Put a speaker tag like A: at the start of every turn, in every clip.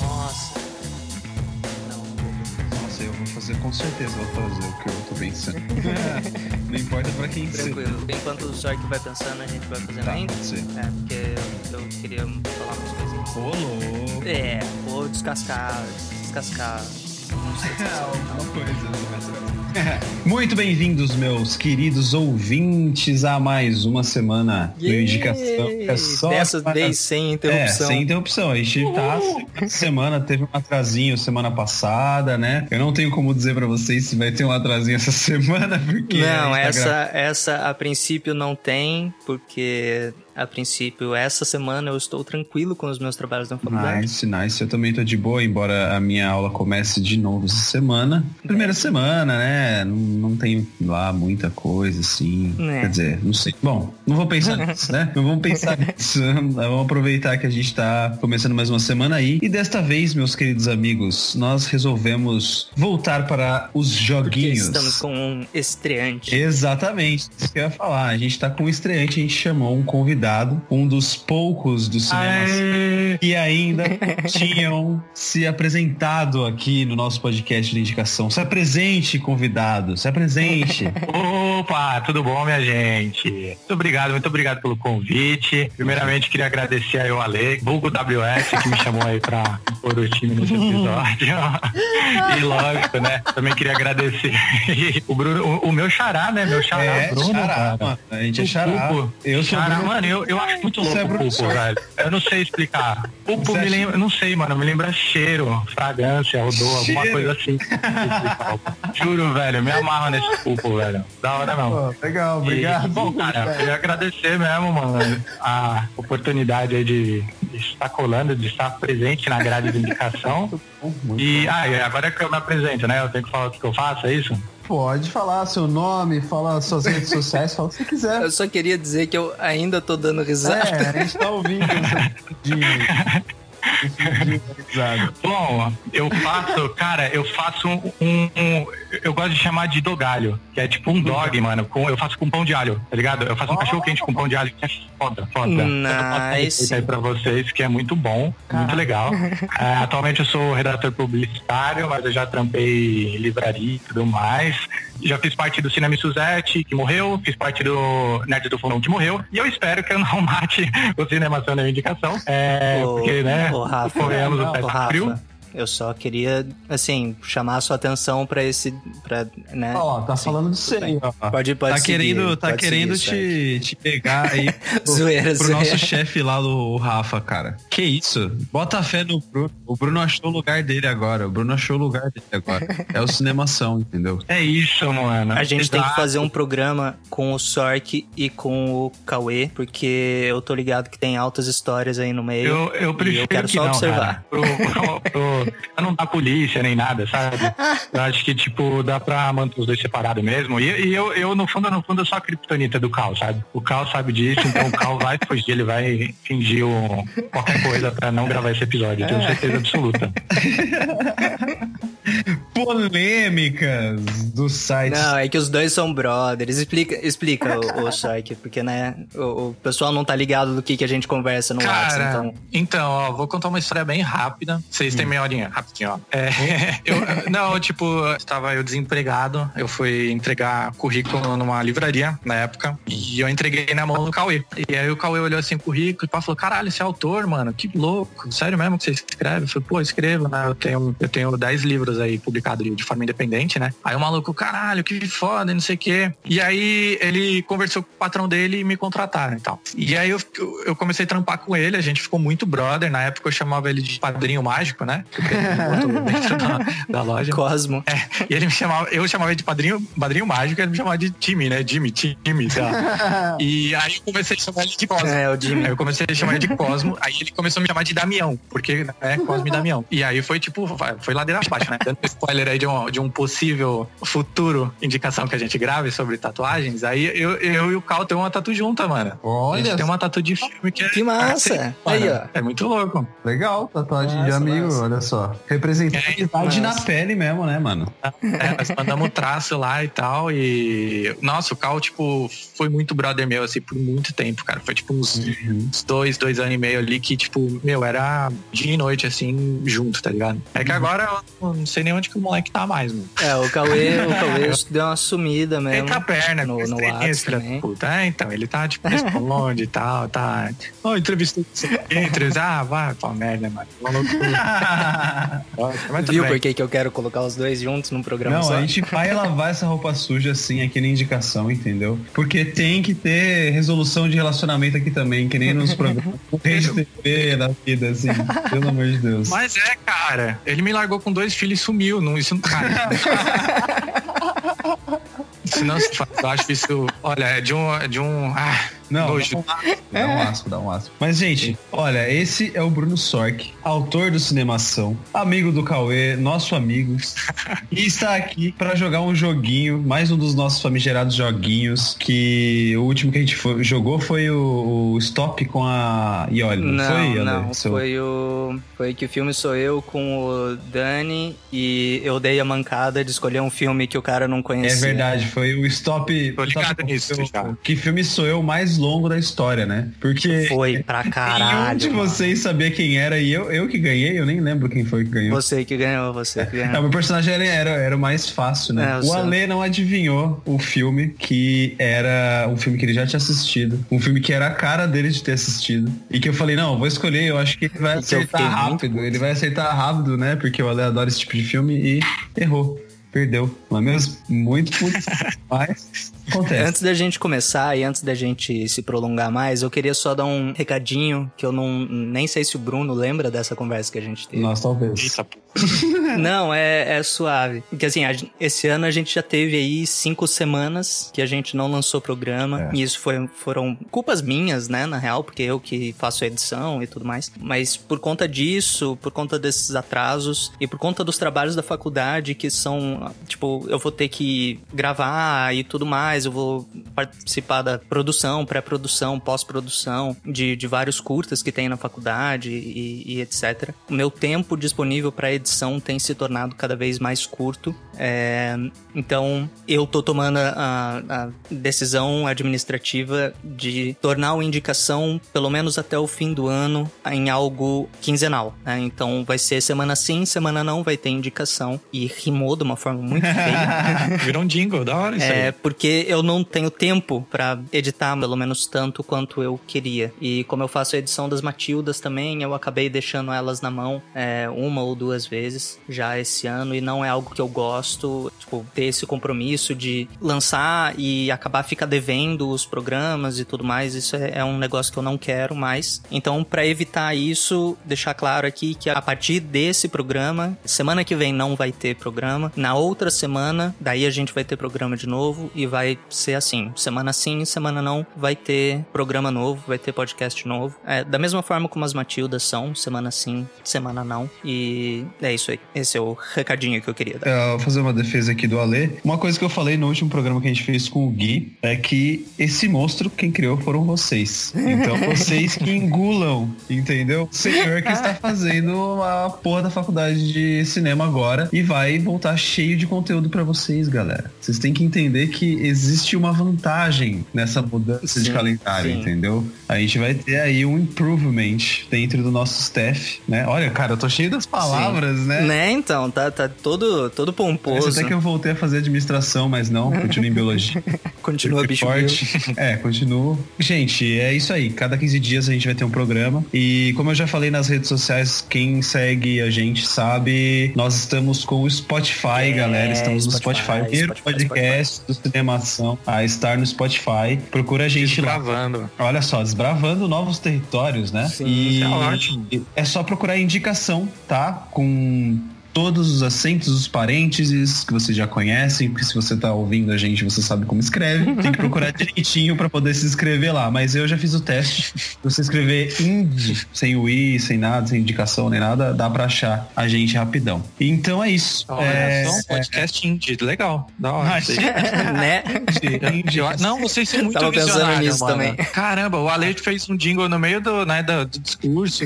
A: Nossa.
B: Nossa, eu vou fazer com certeza, vou fazer o que eu tô pensando. não importa pra quem seja.
A: Tranquilo. Enquanto o Zork vai pensando, a gente vai fazendo
B: Tá,
A: ainda.
B: pode ser.
A: É, porque eu, eu queria falar umas coisinhas.
B: Ô, louco.
A: É, vou descascar, descascar. Não sei
B: É,
A: descascar.
B: alguma coisa, né? Muito bem-vindos, meus queridos ouvintes, a mais uma semana do Indicação. É só
A: Dessa
B: para-
A: vez sem interrupção.
B: É, sem interrupção. A gente tá essa semana, teve um atrasinho semana passada, né? Eu não tenho como dizer pra vocês se vai ter um atrasinho essa semana, porque.
A: Não,
B: a gente tá gravando.
A: essa, essa a princípio não tem, porque a princípio essa semana eu estou tranquilo com os meus trabalhos na faculdade.
B: Nice, nice. Eu também tô de boa, embora a minha aula comece de novo essa semana. Primeira semana, né? Não, não tem lá muita coisa, assim.
A: É.
B: Quer dizer, não sei. Bom, não vou pensar nisso, né? Não vamos pensar nisso. Vamos aproveitar que a gente tá começando mais uma semana aí. E desta vez, meus queridos amigos, nós resolvemos voltar para os
A: Porque
B: joguinhos.
A: estamos com um estreante.
B: Exatamente, isso que eu ia falar. A gente tá com um estreante, a gente chamou um convidado, um dos poucos dos cinemas que ainda tinham se apresentado aqui no nosso podcast de indicação. Se apresente, convidado, se apresente.
C: Opa, tudo bom, minha gente? Muito obrigado, muito obrigado pelo convite. Primeiramente, queria agradecer aí o Ale, vulgo WS, que me chamou aí pra pôr o time nesse episódio. e lógico, né? Também queria agradecer o Bruno, o, o meu xará, né? Meu xará,
B: é,
C: Bruno.
B: xará,
C: cara.
B: mano. A gente é
C: O
B: xará.
C: Pupo.
B: Eu sou
C: Xará,
B: Bruno.
C: mano, eu, eu acho muito
B: Você
C: louco
B: é
C: o Pupo,
B: professor. é
C: velho. Eu não sei explicar. Pupo
B: Você
C: me
B: acha-
C: lembra, eu não sei, mano, me lembra cheiro, fragrância, odor, alguma
B: Cheiro.
C: coisa assim. Juro, velho, me amarro nesse Pupo, velho. Da hora não.
B: Pô, legal,
C: E, bom, cara, eu queria agradecer mesmo, mano, a oportunidade aí de estar colando, de estar presente na grade de indicação. E ah, e agora que eu me apresento, né? Eu tenho que falar o que que eu faço, é isso?
B: Pode falar seu nome, fala suas redes sociais, fala o que você quiser.
A: Eu só queria dizer que eu ainda tô dando risada.
B: É, a gente tá ouvindo esse de...
C: Bom, eu faço, cara, eu faço um, um- um- Eu gosto de chamar de dogalho, que é tipo um dog, mano. Com, eu faço com pão de alho, tá ligado? Eu faço um cachorro quente com pão de alho, que é foda, foda.
A: Nice.
C: Eu passo a receita aí pra vocês, que é muito bom, muito legal. É, atualmente eu sou redator publicitário, mas eu já trampei em livraria e tudo mais. Já fiz parte do Cinema Suzette, que morreu, fiz parte do Nerd do Fulão, que morreu. E eu espero que eu não mate o Cinema Sônia Indicação. É,
A: Ô,
C: porque, né?
A: ô, Rafa,
C: Corremos
A: ô,
C: o pé
A: Rafa,
C: frio.
A: Eu só queria, assim, chamar a sua atenção pra esse. Pra, né?
B: Ó, tá
A: Sim,
B: falando de você aí, ó.
A: Pode, pode
B: Tá
A: seguir,
B: querendo, tá
A: pode
B: querendo
A: seguir,
B: te, te pegar aí pro,
A: Zoeira,
B: pro
A: zoeira.
B: nosso chefe lá, o o Rafa, cara. Que isso? Bota fé no Bruno. O Bruno achou o lugar dele agora. O Bruno achou o lugar dele agora. É o cinemação, entendeu?
C: É isso, mano.
A: A gente tem que
C: Exato.
A: fazer um programa com o Sork e com o Cauê, porque eu tô ligado que tem altas histórias aí no meio.
C: Eu, eu prefiro
A: eu quero
C: que
A: só
C: não,
A: observar.
C: cara. Pro, pro, pro- pra não dar polícia nem nada, sabe? Eu acho que, tipo, dá pra manter os dois separados mesmo. E, e eu, eu, no fundo, no fundo, eu sou a criptonita do Cal, sabe? O Cal sabe disso, então o Cal vai fugir, ele vai fingir um- qualquer coisa pra não gravar esse episódio, eu tenho certeza absoluta.
B: Polêmicas do site.
A: Não, é que os dois são brothers. Explica, explica o, o Sork, porque, né, o, o pessoal não tá ligado do que, que a gente conversa no WhatsApp,
C: Cara,
A: então... Hum.
C: então, ó, vou contar uma história bem rápida. Vocês têm meia horinha, rapidinho, ó. É, eu- não, tipo, estava eu desempregado, eu fui entregar currículo numa livraria na época, e eu entreguei na mão do Cauê. E aí o Cauê olhou assim o currículo e pá, falou: caralho, você é autor, mano, que louco, sério mesmo que você escreve? Eu falei, pô, eu escrevo, né? Eu tenho, eu tenho 10 livros aí publicados de- de forma independente, né? Aí o maluco, caralho, que foda, e não sei o quê. E aí ele conversou com o patrão dele e me contrataram e tal. E aí eu, eu comecei a trampar com ele, a gente ficou muito brother. Na época eu chamava ele de padrinho mágico, né? que ele botou dentro da, da loja.
A: Cosmo.
C: É, E ele me chamava, eu chamava ele de padrinho, padrinho mágico, ele me chamava de Timmy, né? Jimmy, Timmy, sei lá. E aí eu comecei a chamar ele de Cosmo.
A: É, o Jimmy.
C: Aí eu comecei a chamar ele de Cosmo, aí ele começou a me chamar de Damião, porque, né, Cosmo e Damião. E aí foi tipo, vai- foi ladeira abaixo, né? Dando spoiler aí de um, de um possível futuro indicação que a gente grave sobre tatuagens, aí eu, eu e o Cal tem uma tatu junta, mano. A gente
B: Olha,
C: tem uma tatu de filme que é.
A: Que massa. Aí, ó.
C: É muito louco.
B: legal, tatuagem de
A: Massa,
B: amigo,
A: massa. É
B: olha só.
A: Massa.
B: Representatividade na pele mesmo, né, mano?
C: É, nós mandamos traço lá e tal. E. Nossa, o Cal, tipo, foi muito brother meu, assim, por muito tempo, cara. Foi tipo uns,
A: Uhum.
C: uns dois, dois anos e meio ali que, tipo, meu, era dia e noite, assim, junto, tá ligado? É
A: Uhum.
C: que agora eu não sei nem onde que o moleque tá mais, mano.
A: É, o Cauê, o Cauê deu uma sumida
C: Ele
A: mesmo.
C: tá perna,
A: É, no-
C: no,
A: no Whats também.
C: puta. É, então, ele tá, tipo, responde e tal, tá. Ó, entrevistei entrevistei. Ah, vai, pô, merda, mano. Maluco. Mas tudo
A: Viu
C: bem.
A: por que que eu quero colocar os dois juntos num programa
B: Não,
A: só?
B: a gente vai lavar essa roupa suja assim aqui na indicação, entendeu? Porque tem que ter resolução de relacionamento aqui também, que nem nos programas de TV da vida, assim. Pelo amor de Deus.
C: Mas é, cara. Ele me largou com dois filhos e sumiu. Não, isso não. Cara. isso não se faz. Eu acho isso. Olha, é de um. é De um ah,
B: Não, dá
C: Nojo.
B: um asco, dá um asco, dá um asco. Mas, gente, olha, esse é o Bruno Sork, autor do Cinemação, amigo do Cauê, nosso amigo, e está aqui para jogar um joguinho, mais um dos nossos famigerados joguinhos, que o último que a gente fo- jogou foi o, o Stop com a Ioli, não,
A: Não,
B: foi, Ioli?
A: não,
B: Seu-
A: foi o. Foi que o filme sou eu com o Dani e eu dei a mancada de escolher um filme que o cara não
B: É
A: conhecia.
B: verdade, foi o stop.
C: Tô ligado
B: stop-
C: nisso, já.
B: Que filme sou eu mais longo da história, né? Porque
A: Foi pra
B: nenhum
A: caralho.
B: de
A: mano.
B: vocês sabia quem era e eu, eu que ganhei, eu nem lembro quem foi que ganhou.
A: Você que ganhou, você que
B: É,
A: ganhou.
B: o meu personagem era, era, era o mais fácil, né?
A: É, eu
B: o
A: sei.
B: Ale não adivinhou o filme que era um filme que ele já tinha assistido. Um filme que era a cara dele de ter assistido. E que eu falei, não, vou escolher, eu acho que ele vai
A: E que eu
B: acertar
A: fiquei muito
B: rápido. Ele vai acertar rápido, né? Porque o Ale adora esse tipo de filme e errou. Perdeu. Mas mesmo muito puto. mas acontece.
A: Antes da gente começar e antes da gente se prolongar mais, eu queria só dar um recadinho que eu não nem sei se o Bruno lembra dessa conversa que a gente teve.
B: Nós talvez.
C: eita, pô.
A: Não, é, é suave. Porque assim, a gen- esse ano a gente já teve aí cinco semanas que a gente não lançou programa. E isso foi, foram culpas minhas, né, na real, porque eu que faço a edição e tudo mais. Mas por conta disso, por conta desses atrasos e por conta dos trabalhos da faculdade que são, tipo, eu vou ter que gravar e tudo mais, eu vou participar da produção, pré-produção, pós-produção, de, de vários curtas que tem na faculdade e, e etc. O meu tempo disponível para edição tem se tornado cada vez mais curto. É, então, eu tô tomando a, a decisão administrativa de tornar o indicação, pelo menos até o fim do ano, em algo quinzenal. né? Então, vai ser semana sim, semana não, vai ter indicação. E rimou de uma forma muito feia.
C: Virou um jingle, da hora isso
A: É,
C: aí.
A: porque eu não tenho tempo pra editar, pelo menos tanto quanto eu queria. E como eu faço a edição das Matildas também, eu acabei deixando elas na mão é, uma ou duas vezes já esse ano. E não é algo que eu gosto, tipo, ter esse compromisso de lançar e acabar ficar devendo os programas e tudo mais. Isso é, é um negócio que eu não quero mais. Então, pra evitar isso, deixar claro aqui que a partir desse programa, semana que vem não vai ter programa. Na outra semana, daí a gente vai ter programa de novo e vai ser assim: semana sim, semana não, vai ter programa novo, vai ter podcast novo. É, da mesma forma como as Matildas são, semana sim, semana não. E é isso aí. Esse é o recadinho que eu queria dar.
B: É, vou fazer uma defesa aqui do Ale. Uma coisa que eu falei no último programa que a gente fez com o Gui é que esse monstro, quem criou foram vocês. Então vocês que engulam, entendeu? O senhor que está fazendo a porra da faculdade de cinema agora e vai voltar cheio de conteúdo pra vocês, galera. Vocês têm que entender que existe uma vantagem nessa mudança de
A: Sim,
B: calendário,
A: sim.
B: entendeu? A gente vai ter aí um improvement dentro do nosso staff, né? Olha, cara, eu tô cheio das palavras, né?
A: Né, então, tá, tá todo, todo pomposo.
B: Parece até que eu voltei a fazer administração, mas não, continuo em biologia.
A: Continua bicho Bill.
B: Forte. É, continuo. Gente, é isso aí. Cada 15 dias a gente vai ter um programa. E como eu já falei nas redes sociais, quem segue a gente sabe, nós estamos com o Spotify,
A: É,
B: galera. Estamos
A: Spotify,
B: no Spotify. Primeiro
A: Spotify,
B: podcast do Cinemação a estar no Spotify. Procura a gente lá.
C: Gravando.
B: Olha só, desbravando novos territórios, né?
A: Sim,
B: e
C: isso é ótimo.
B: É só procurar indicação, tá? Com com todos os acentos, os parênteses que vocês já conhecem, porque se você tá ouvindo a gente, você sabe como escreve. Tem que procurar direitinho para poder se inscrever lá. Mas eu já fiz o teste. Você escrever indie, sem o i, sem nada, sem indicação nem nada, dá para achar a gente rapidão. Então é isso.
C: Olha
B: é,
C: só, um podcast indie. Legal. Da hora.
B: Ah,
C: Vocês-
A: né?
C: Indie. Eu- Não, vocês são muito
A: Tava pensando
C: visionários,
A: nisso
C: mano.
A: também.
C: Caramba, o Alê fez um jingle no meio do, né, do, do discurso.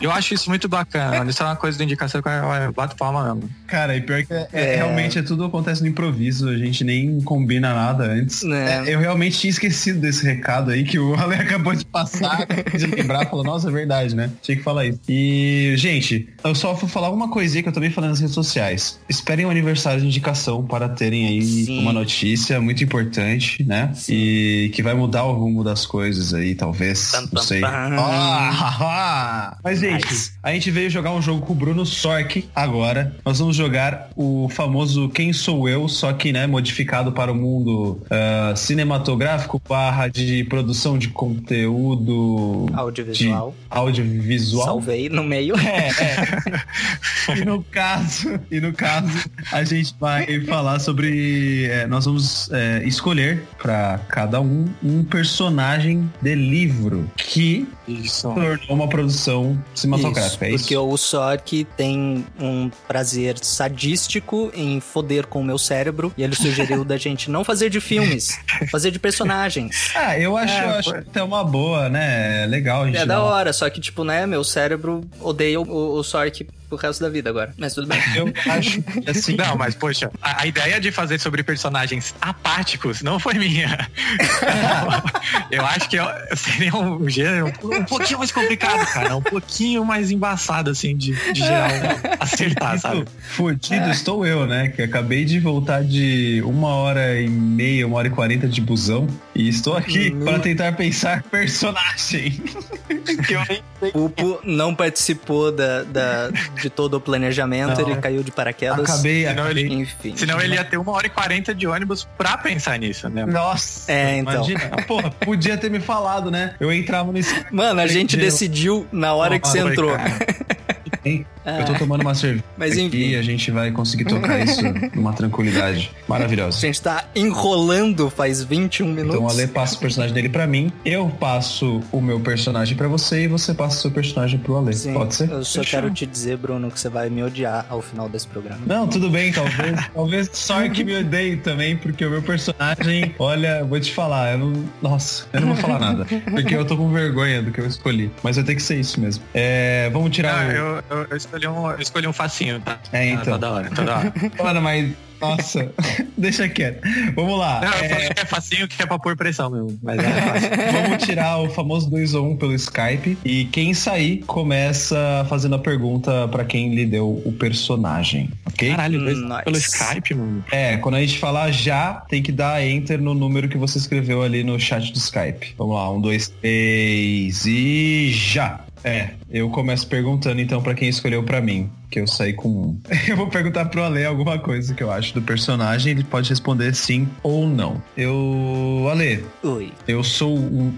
C: Eu acho isso muito bacana. mano. Isso é uma coisa do indicação que eu- eu bato palma mesmo.
B: Cara, e pior que é, é, realmente é tudo acontece no improviso, a gente nem combina nada antes.
A: É.
B: É, eu realmente tinha esquecido desse recado aí que o Ale acabou de passar, de lembrar, falou, nossa, é verdade, né? Tinha que falar isso. E, gente, eu só vou falar uma coisinha que eu também falei nas redes sociais. Esperem o aniversário de indicação para terem aí
A: Sim.
B: uma notícia muito importante, né? E que vai mudar o rumo das coisas aí, talvez.
A: Pam, pam,
B: não sei.
A: pam.
B: Ah, Mas, gente,
A: Nice.
B: a gente veio jogar um jogo com o Bruno Sork agora. Nós vamos jogar o famoso Quem Sou Eu, só que, né, modificado para o mundo ah, cinematográfico, barra de produção de conteúdo
A: Audiovisual.
B: de audiovisual.
A: Salvei no meio.
B: É, é. E no caso, e no caso, a gente vai falar sobre. é, nós vamos é, escolher para cada um um personagem de livro que
C: Isso.
B: tornou uma produção cinematográfica. é isso.
A: Porque o Sork tem um prazer sadístico em foder com o meu cérebro. E ele sugeriu da gente não fazer de filmes, fazer de personagens.
B: Ah, eu acho,
C: É,
B: eu acho
C: foi.
B: até uma boa, né? É Legal a gente.
A: É da
B: dar-
A: hora, só que, tipo, né, meu cérebro odeia o, o Sork pro resto da vida agora. Mas tudo bem.
B: Eu acho que, assim.
C: Não, mas poxa, a, a ideia de fazer sobre personagens apáticos não foi minha. eu acho que eu- seria um gênero um pouquinho mais complicado, cara. Um pouquinho mais embaçado, assim, de, de geral acertar, tá, sabe?
B: Fudido, tipo,
A: É.
B: fudido estou eu, né? Que acabei de voltar de uma hora e meia, uma hora e quarenta de busão. E estou aqui
A: Meu.
B: para tentar pensar personagem. que eu nem sei.
A: O Pupo não participou da, da- de todo o planejamento,
B: Não.
A: ele caiu de paraquedas.
B: Acabei.
C: Senão ele-
A: Enfim.
C: Senão ele ia ter uma hora e quarenta de ônibus pra pensar nisso, né?
B: Nossa,
A: É, então.
B: imagina. Ah, Porra, podia ter me falado, né? Eu entrava no Skype,
A: Mano, a gente
B: Eu-
A: decidiu na hora que você
C: Foi,
A: entrou.
C: cara.
B: hein?
A: Ah,
B: Eu tô tomando uma cerveja
A: Mas
B: aqui
A: enfim.
B: e a gente vai conseguir tocar isso numa tranquilidade
A: A
B: maravilhosa.
A: gente tá enrolando faz 21
B: Então o
A: minutos.
B: Ale passa o personagem dele pra mim, eu passo o meu personagem pra você e você passa o seu personagem pro Ale.
A: Sim,
B: Pode ser?
A: Eu só quero te dizer, Bruno, que você vai me odiar ao final desse programa.
B: Não, tudo bem, talvez. talvez só que me odeie também, porque o meu personagem, olha, vou te falar, eu não. Nossa, eu não vou falar nada. Porque eu tô com vergonha do que eu escolhi. Mas vai ter que ser isso mesmo. É, vamos tirar
C: Não,
B: o.
C: eu, eu- eu escolhi um, eu escolhi um facinho, tá?
B: É,
C: Ah,
B: então.
C: Toda hora, toda hora.
B: Mano, mas. Nossa, deixa quieto. Vamos lá.
C: Não, eu
B: É,
C: falei que é facinho que é pra pôr pressão mesmo. Mas é fácil.
B: Vamos tirar o famoso 2 ou 1 pelo Skype. E quem sair começa fazendo a pergunta pra quem lhe deu o personagem, ok?
C: Caralho, dois
A: Nice.
C: pelo Skype, mano.
B: É, quando a gente falar já, tem que dar enter no número que você escreveu ali no chat do Skype. Vamos lá, um, dois, três e já! É, eu começo perguntando então pra quem escolheu pra mim, que eu saí com um. Eu vou perguntar pro Ale alguma coisa que eu acho do personagem, ele pode responder sim ou não. Eu. Ale,
A: Ui.
B: eu sou um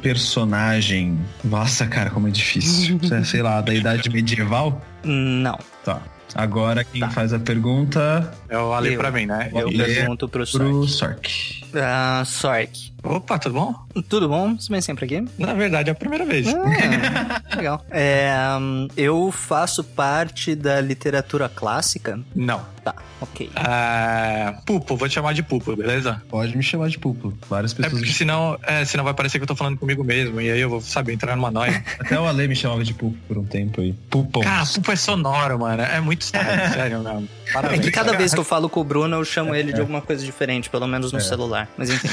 B: personagem. Nossa, cara, como é difícil. Sei lá, da idade medieval?
A: Não.
B: Tá. Agora quem
A: Tá.
B: faz a pergunta
C: É o Ale
A: Eu.
C: pra mim, né?
A: Eu
B: E-
A: pergunto pro Sork.
B: pro Sork.
A: Ah, Sork.
C: Opa, tudo bom?
A: Tudo bom? Você vem sempre aqui?
C: Na verdade, é a primeira vez.
A: Ah, legal. É, hum, eu faço parte da literatura clássica.
C: Não.
A: Tá, ok.
C: É... Pupo, vou te chamar de Pupo, beleza?
B: Pode me chamar de Pupo. Várias
C: É
B: pessoas.
C: porque senão, é, senão vai parecer que eu tô falando comigo mesmo. E aí eu vou, sabe, entrar numa noia.
B: Até o Ale me chamava de Pupo por um tempo aí. Pupão.
C: Cara, Pupo é sonoro, mano. É muito sério, sério mesmo.
A: É
C: Parabéns.
A: que cada vez que eu falo com o Bruno, eu chamo ele de alguma coisa diferente, pelo menos no
B: É.
A: celular. Mas enfim,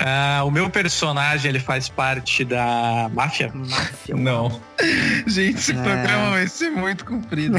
C: Ah, o meu personagem, ele faz parte da máfia.
A: máfia.
B: Não. Gente, esse
A: É.
B: programa vai ser muito comprido.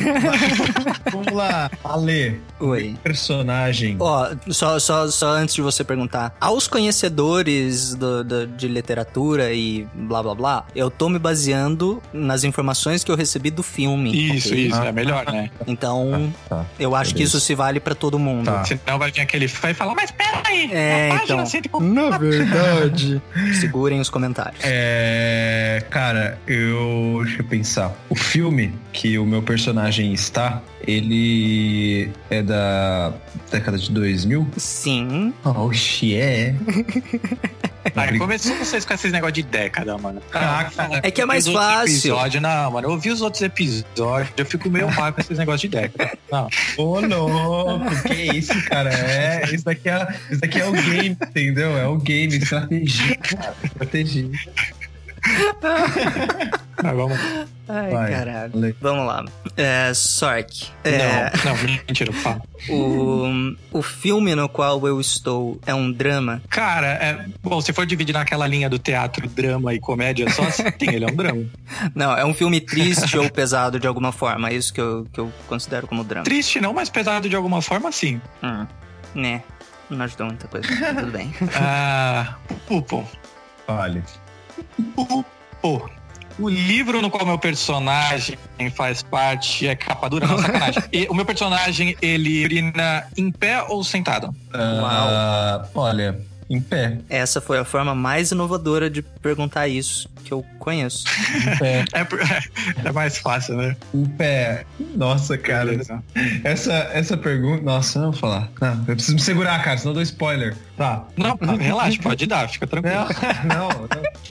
B: Vamos lá. Ale,
A: Oi.
B: personagem.
A: Ó, só, só, só antes de você perguntar. Aos conhecedores do- do- de literatura e blá blá blá, eu tô me baseando nas informações que eu recebi do filme.
C: Isso,
A: ok?
C: isso. É melhor, né?
A: Então,
B: Tá,
A: eu acho que
B: beleza.
A: isso se vale pra todo mundo.
C: Ah.
B: Tá.
C: Senão vai vir aquele fã e falar, mas peraí.
A: É, É,
C: página
A: então.
C: 140.
D: Na verdade,
A: Segurem os comentários.
B: É, cara, eu. Deixa eu pensar. O filme que o meu personagem está, ele é da década de 2000?
A: Sim.
B: Oxi, é.
C: Aí começou vocês com esses negócios de década, mano. Caraca,
A: É que é mais
C: eu vi os outros
A: fácil.
C: um Episódio, não, mano, eu vi os outros episódios, eu fico meio mal com esses negócios de década. Não,
B: Ô, louco, que isso, cara? É, isso daqui é, isso daqui é o game, entendeu? É o game, estratégia, cara. Estratégia.
C: mas Ah, vamos.
A: Ai,
B: Vai.
A: caralho.
B: Le-
A: Vamos lá. É, Sork. É,
C: Não, não, mentira, fala.
A: o, o filme no qual eu estou é um drama.
C: Cara, é, bom, se for dividir naquela linha do teatro, drama e comédia só, assim, tem ele é um drama.
A: Não, é um filme triste ou pesado de alguma forma. É isso que eu, que eu considero como drama.
C: Triste não, mas pesado de alguma forma, sim.
A: Hum, né? Não ajudou muita coisa. mas tá Tudo bem.
C: Ah, Pupo.
B: Olha.
C: Pupo. O livro no qual meu personagem faz parte é capa dura, não, sacanagem. E o meu personagem, ele urina em pé ou sentado?
B: ah, olha, em pé.
A: Essa foi a forma mais inovadora de perguntar isso que eu conheço.
B: Em pé.
C: É, por- é mais fácil, né?
B: Em pé. Nossa, cara.
C: Beleza.
B: Essa, essa pergunta. Nossa, eu não vou falar. Não, eu preciso me segurar, cara, senão eu dou spoiler. Tá.
C: Não, não, relaxa, pode dar, fica tranquilo.
B: Não, não.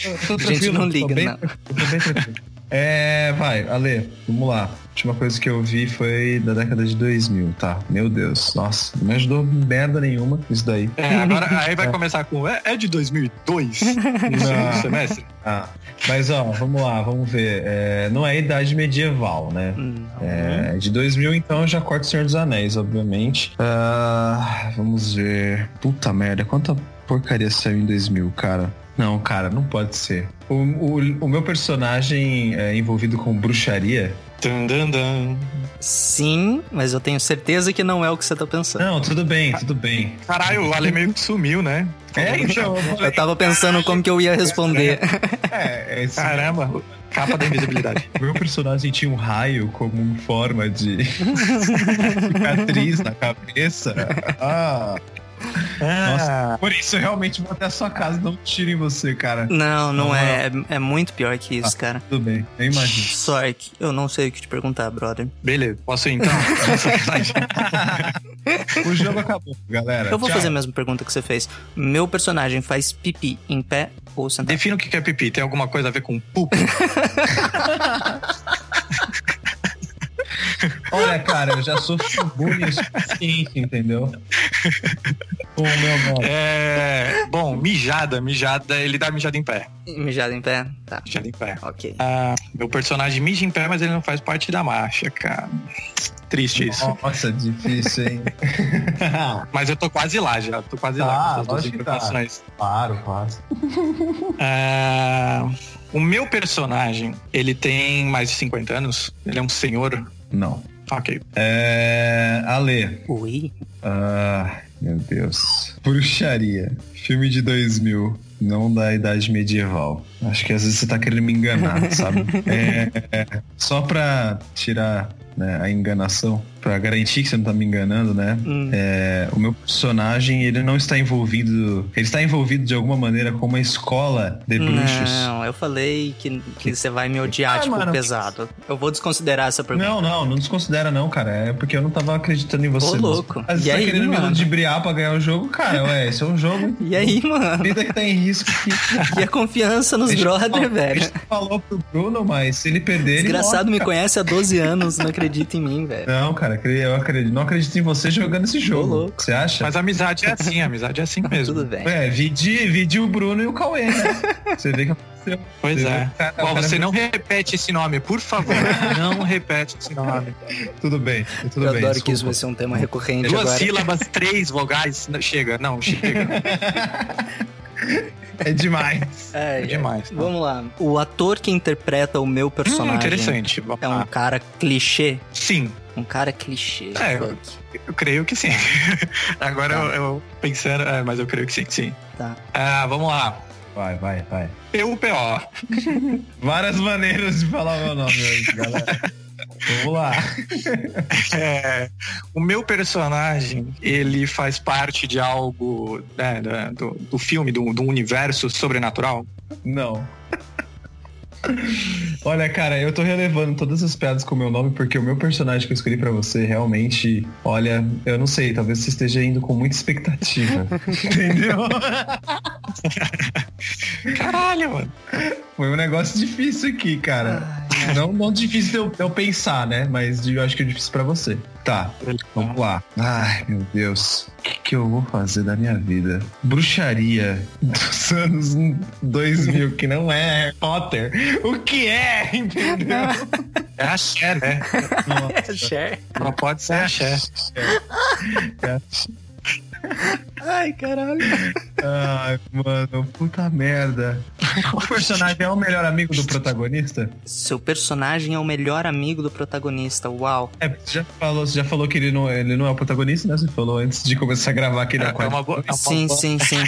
B: Eu tô
A: A gente
B: tranquilo,
A: não
B: tô
A: liga,
B: bem-
A: não.
B: Eu tô bem tranquilo. É, vai, Ale, vamos lá. A última coisa que eu vi foi da década de 2000, tá? Meu Deus, nossa, não me ajudou merda nenhuma isso daí.
C: É, agora aí vai começar com. É, é de 2002? No segundo semestre?
B: Ah, mas ó, vamos lá, vamos ver. É, não é idade medieval, né?
A: Hum.
B: É, de 2000, então, eu já corto o Senhor dos Anéis, obviamente. Ah, vamos ver. Puta merda, quanta porcaria saiu em 2000, cara. Não, cara, não pode ser. O, o- o meu personagem é envolvido com bruxaria.
C: Dun, dun, dun.
A: Sim, mas eu tenho certeza que não é o que você tá pensando.
B: Não, tudo bem, tudo bem.
C: Caralho, o Ale meio que sumiu, né?
B: É, então, eu
A: Eu
B: falei,
A: tava pensando como que eu ia responder.
B: é, é esse-
C: Caramba, capa da invisibilidade.
B: meu personagem tinha um raio como em forma de cicatriz na cabeça. Ah,
C: Ah. Nossa.
B: por isso eu realmente vou até a sua casa e não tiro em você, cara.
A: Não, não
B: Não, Ah.
A: é. É é muito pior que isso, cara.
B: Tudo bem, eu imagino.
A: Sork, eu não sei o que te perguntar, brother.
C: Beleza, posso ir então?
B: O jogo acabou, galera.
A: Eu vou
B: Tchau.
A: fazer a mesma pergunta que você fez. Meu personagem faz pipi em pé ou sentado?
C: Defina o que que é pipi. Tem alguma coisa a ver com pupo?
B: Olha, cara, eu já sofri bullying o suficiente, entendeu? Com o meu nome.
C: É. Bom, mijada, mijada. Ele dá mijada em pé.
A: Mijado em pé? Tá,
C: Mijada em pé.
A: ok.
C: Ah, meu personagem mija em pé, mas ele não faz parte da marcha, cara. Triste isso.
B: Nossa, difícil, hein?
C: Mas eu tô quase lá já. Tô quase
B: Tá,
C: lá com essas duas
B: lógico que tá.
C: interpretações.
B: claro, claro.
C: Ah, o meu personagem, ele tem mais de 50 anos. Ele é um senhor.
B: Não.
C: Ok.
B: É. Ale.
A: Ui.
B: Ah, meu Deus. Bruxaria. Filme de 2000. Não da idade medieval. Acho que às vezes você tá querendo me enganar, sabe? É, é, só pra tirar né, a enganação, pra garantir que você não tá me enganando, né?
A: Hum.
B: É, o meu personagem, ele não está envolvido. Ele está envolvido de alguma maneira com uma escola de bruxos.
A: Não, eu falei que, que você vai me odiar,
B: Ah,
A: tipo,
B: mano.
A: pesado. Eu vou desconsiderar essa pergunta.
B: Não, não, não desconsidera não, cara. É porque eu não tava acreditando em você.
A: Ô, louco.
B: Mas
A: E
B: você tá
A: aí,
B: querendo me
A: mano?
B: ludibriar pra ganhar o jogo, cara. Ué, esse é um jogo.
A: E aí, mano?
B: Vida que tá em risco aqui.
A: E a confiança nos
B: A gente
A: brother,
B: falou-
A: velho?
B: A gente falou pro Bruno, mas se ele perder,
A: Desgraçado
B: ele
A: me
B: morre,
A: conhece há 12 anos, não acredita em mim, velho.
B: cara. Não, cara, acre- eu acredito, não acredito em você jogando esse jogo.
A: louco.
B: Você acha?
C: Mas a amizade é assim, a amizade é assim mesmo.
A: Tudo bem.
B: É, vidi, vidi o Bruno e o Cauê, né? Você vê que aconteceu.
C: Pois
B: Você vê
C: é.
B: que o cara- o
C: Ó,
B: cara
C: você
B: me-
C: não repete esse nome, por favor. Não repete esse nome.
B: Tudo bem, tudo
A: eu
B: bem.
A: adoro que isso
B: desculpa.
A: vai ser um tema recorrente
C: Duas
A: agora.
C: sílabas, três vogais. Não, chega, não, chega.
B: É demais.
A: Ai,
C: É demais. Tá?
A: Vamos lá. O ator que interpreta o meu
C: Hum,
A: personagem
C: interessante. Ah. Vamos
A: é um
C: lá.
A: cara clichê.
C: Sim,
A: Um cara clichê.
C: É.
A: fuck.
C: eu creio que sim. Agora eu, eu pensando, é, mas eu creio que sim, sim.
A: Tá.
C: Ah, vamos lá.
B: Vai, vai, vai.
C: PUPO.
B: Várias maneiras de falar meu nome hoje, galera. Vamos lá.
C: É, o meu personagem, ele faz parte de algo né, da- do, do filme, do, do universo sobrenatural.
B: Não. Olha, cara, eu tô relevando todas as piadas com o meu nome, porque o meu personagem que eu escolhi pra você realmente, olha, eu não sei, talvez você esteja indo com muita expectativa. Entendeu?
C: Caralho, mano.
B: Foi um negócio difícil aqui, cara. Não, não difícil de eu, de eu pensar, né? Mas de- eu acho que é difícil pra você. Tá, vamos lá. Ai, meu Deus. O que, que eu vou fazer da minha vida? Bruxaria dos anos 2000, que não é Harry Potter. O que é? Entendeu?
C: É axé, né?
B: É
A: Cher.
C: Não pode ser axé.
A: Ai, caralho.
B: Ai, mano, puta merda. O personagem é o melhor amigo do protagonista?
A: Seu personagem é o melhor amigo do protagonista. Uau.
B: É, você já falou, você já falou que ele não, ele não é o protagonista, né? Você falou antes de começar a gravar aqui
C: É,
B: na
C: é
B: quadra.
C: uma boa, é uma
A: Sim,
C: boa-
A: sim, sim.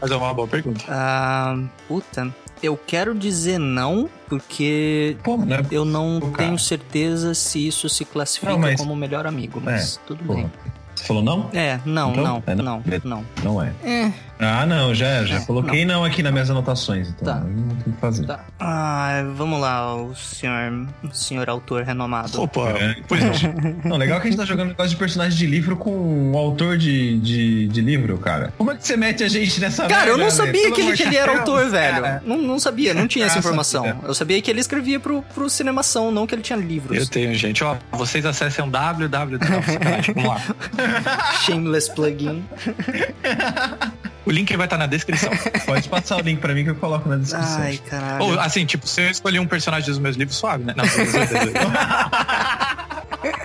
C: Mas é uma boa pergunta.
A: Ah, puta. Eu quero dizer não, porque
B: Pô, né?
A: eu não
B: Pô, cara.
A: tenho certeza se isso se classifica
B: Não, mas- É,
A: como o melhor amigo, mas tudo
B: Pô,
A: bem.
B: Você falou não?
A: É, não,
B: Então?
A: não,
B: É, não.
A: não, não.
B: Não é.
A: É,
B: Ah, não, já é, já
A: É,
B: coloquei não. aqui nas minhas anotações, então.
A: Tá.
B: Não tem o que fazer.
A: tá. Ah, vamos lá, o senhor, o senhor autor renomado.
C: Opa,
B: É.
C: pois é.
B: Não, legal que a gente tá jogando negócio de personagem de livro com um autor de, de, de livro, cara. Como é que você mete a gente nessa
A: Cara, eu não
B: merda, velho?
A: sabia
B: Pelo
A: que ele,
B: amor
A: que
B: de
A: ele era
B: Deus,
A: autor, velho.
B: cara.
A: Não, não sabia, não tinha essa
B: Graças a
A: informação.
B: Deus.
A: Eu sabia que ele escrevia pro, pro Cinemação, não que ele tinha
C: Eu
A: livros.
C: tenho, gente. Ó, vocês acessem www. Não, sacanagem, Vamos lá.
A: Shameless plugin.
C: O link vai estar na descrição.
B: Pode passar o link pra mim que eu coloco na descrição.
A: Ai, caralho.
C: Ou, assim, tipo, se eu escolher um personagem dos meus livros, suave, né? Não,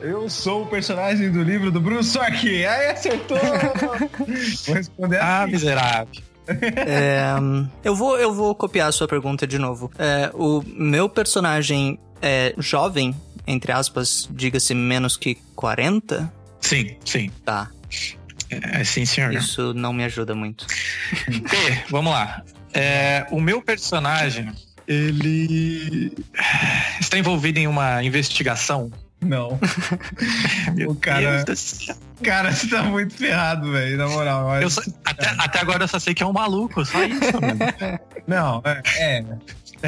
B: Eu sou o personagem do livro do Bruno Sock. Aí acertou. Vou responder
C: ah,
B: assim.
C: miserável.
A: É, hum, eu, vou, eu vou copiar a sua pergunta de novo. É, o meu personagem é jovem, entre aspas, diga-se menos que 40?
C: Sim, sim.
A: Tá,
C: É, sim, senhor.
A: isso não me ajuda muito.
C: P, vamos lá. É, o meu personagem, ele está envolvido em uma investigação.
B: Não.
C: Meu
B: O cara-
C: Deus do céu.
B: Cara, você tá muito ferrado, velho. Na moral. olha.
C: Eu só- até, até agora eu só sei que é um maluco, só isso, mano.
B: Não, é. É.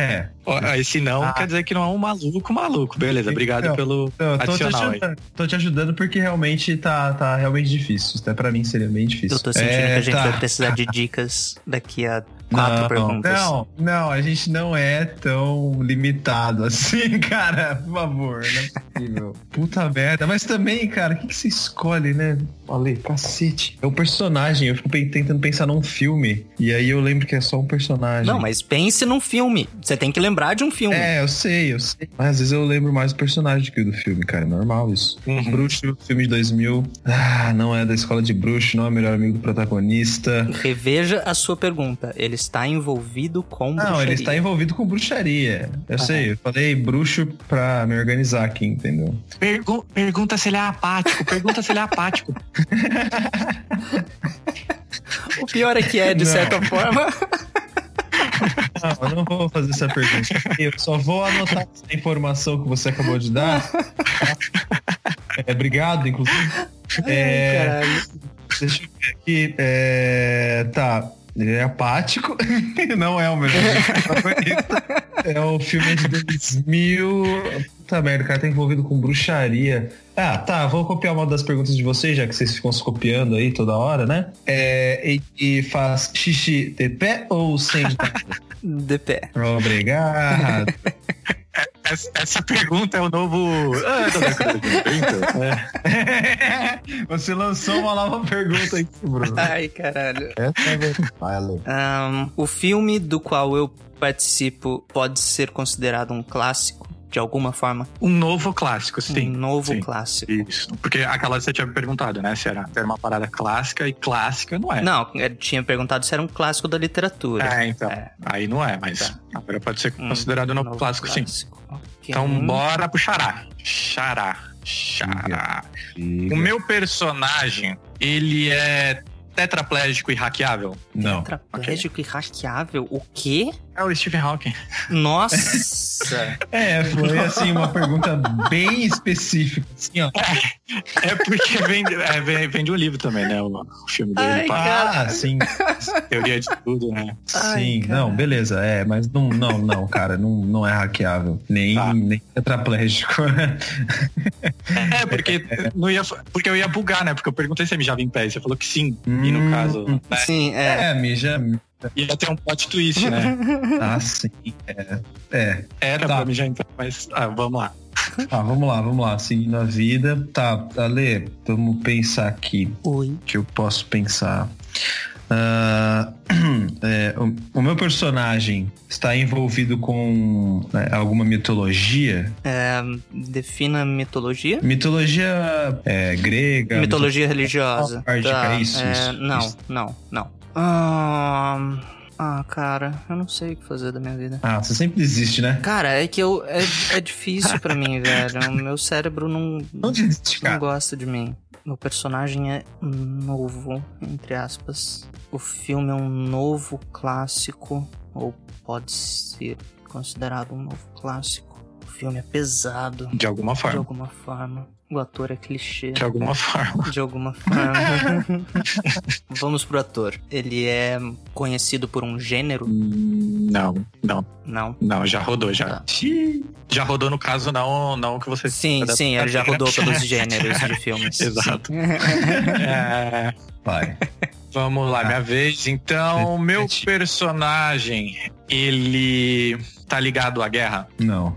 B: é.
C: Ó, Aí se não,
B: Ah.
C: quer dizer que não é um maluco, maluco. Beleza, obrigado
B: Então,
C: pelo
B: Eu tô, te
C: adicional aí.
B: ajudando, tô te ajudando porque realmente tá, tá realmente difícil. Até pra mim seria bem difícil.
A: Eu tô sentindo que a gente
B: tá.
A: vai precisar de dicas daqui a quatro
B: não,
A: perguntas.
B: Não, não, a gente não é tão limitado assim, cara. Por favor, não é possível. Puta merda. Mas também, cara, o que, que você escolhe, né? Olha, cacete. É o personagem. Eu fico pe- tentando pensar num filme. E aí eu lembro que é só um personagem.
A: Não, mas pense num filme. Você tem que lembrar de um filme.
B: É, eu sei, eu sei. Mas às vezes eu lembro mais do personagem do que do filme, cara. É normal isso.
C: Uhum.
B: Bruxo, filme de 2000. Ah, não é da escola de bruxo, não é o melhor amigo do protagonista.
A: Reveja a sua pergunta. Ele está envolvido com
B: Não, ele está envolvido com bruxaria. Eu sei, eu falei bruxo pra me organizar aqui, entendeu?
C: Pergu- pergunta se ele é apático, pergunta se ele é apático.
A: O pior é que é, de
B: Não.
A: certa forma.
B: Não, eu não vou fazer essa pergunta. Eu só vou anotar essa informação que você acabou de dar. É, obrigado, inclusive. É,
A: Ai, caralho.
B: Deixa eu ver aqui. É, tá. Ele é apático. Não é o melhor protagonista. É o filme de 2000. Puta merda, o cara tá envolvido com bruxaria. Ah, tá. Vou copiar uma das perguntas de vocês, já que vocês ficam se copiando aí toda hora, né? É, e, e faz xixi de pé ou sem?
A: De pé.
B: Obrigado.
C: Essa, essa pergunta é o novo. Ah, da década de 80. É.
B: Você lançou uma nova pergunta aí, Bruno.
A: Ai, caralho.
B: Essa é verdade.
A: Ahn, o filme do qual eu participo pode ser considerado um clássico, de alguma forma?
C: Um novo clássico, sim.
A: um novo
C: sim.
A: clássico.
C: Isso. Porque aquela você tinha me perguntado, né? Se era, se era uma parada clássica e clássica não é.
A: Não, eu tinha perguntado se era um clássico da literatura.
C: É, então.
A: É.
C: Aí não é, mas agora pode ser
A: Hum,
C: considerado um novo, clássico, sim.
A: Ok. Hum,
C: Então bora pro xará. Xará. Xará. O meu personagem, ele é tetraplégico e hackeável?
B: Não.
A: Tetraplégico e hackeável? O quê?
C: É o Stephen Hawking.
A: Nossa!
B: É, foi assim uma pergunta bem específica. Assim, ó.
C: É porque vende, é, ve- vende um livro também, né? O, o filme dele.
A: Ai,
C: pá,
B: Ah, sim,
C: teoria de tudo, né?
A: Ai,
B: sim.
A: cara.
B: não, beleza. É, mas não, não, não, cara, não, não é hackeável. Nem,
C: Tá.
B: nem tetraplégico.
C: É, porque, não ia, fa- porque eu ia bugar, né? Porque eu perguntei se ele já em pé. e Você falou que sim. E no
B: Hum.
C: caso, né?
A: Sim, é.
B: É, mija.
C: Ia ter um plot twist, né?
B: Ah, sim. É. é.
C: Era
B: Tá.
C: pra mim já entrar, mas ah, vamos lá.
B: Tá, vamos lá, vamos lá. Seguindo a vida. Tá, Ale, vamos pensar aqui.
A: Oi.
B: que eu posso pensar. Ah, é, o, o meu personagem está envolvido com né, alguma mitologia?
A: Defina mitologia?
B: Mitologia é, grega?
A: Mitologia religiosa.
B: Nórdica,
A: Tá,
B: isso,
A: é,
B: isso,
A: não,
B: isso.
A: não, não. Ah, ah, cara, eu não sei o que fazer da minha vida.
B: Ah, você sempre desiste, né?
A: Cara, é que eu. É, é difícil pra mim, velho. O meu cérebro não,
B: Não desiste,
C: tá?
A: não
B: cara.
A: gosta de mim. Meu personagem é novo, entre aspas. O filme é um novo clássico, ou pode ser considerado um novo clássico. O filme é pesado,
C: De alguma
A: de
C: forma.
A: alguma forma. O ator é clichê.
C: De alguma forma.
A: De alguma forma. Vamos pro ator. Ele é conhecido por um gênero?
C: Hum, Não, não,
A: Não.
C: não. Já rodou, já.
A: Tá.
C: Já rodou, no caso, não, não que você...
A: Sim,
C: da-
A: sim, ele já rodou pelos gêneros de filmes.
C: Exato.
A: Sim.
C: É,
B: Vai.
C: Vamos lá,
B: Ah.
C: minha vez. Então, meu
B: Sete.
C: personagem, ele tá ligado à guerra?
B: Não.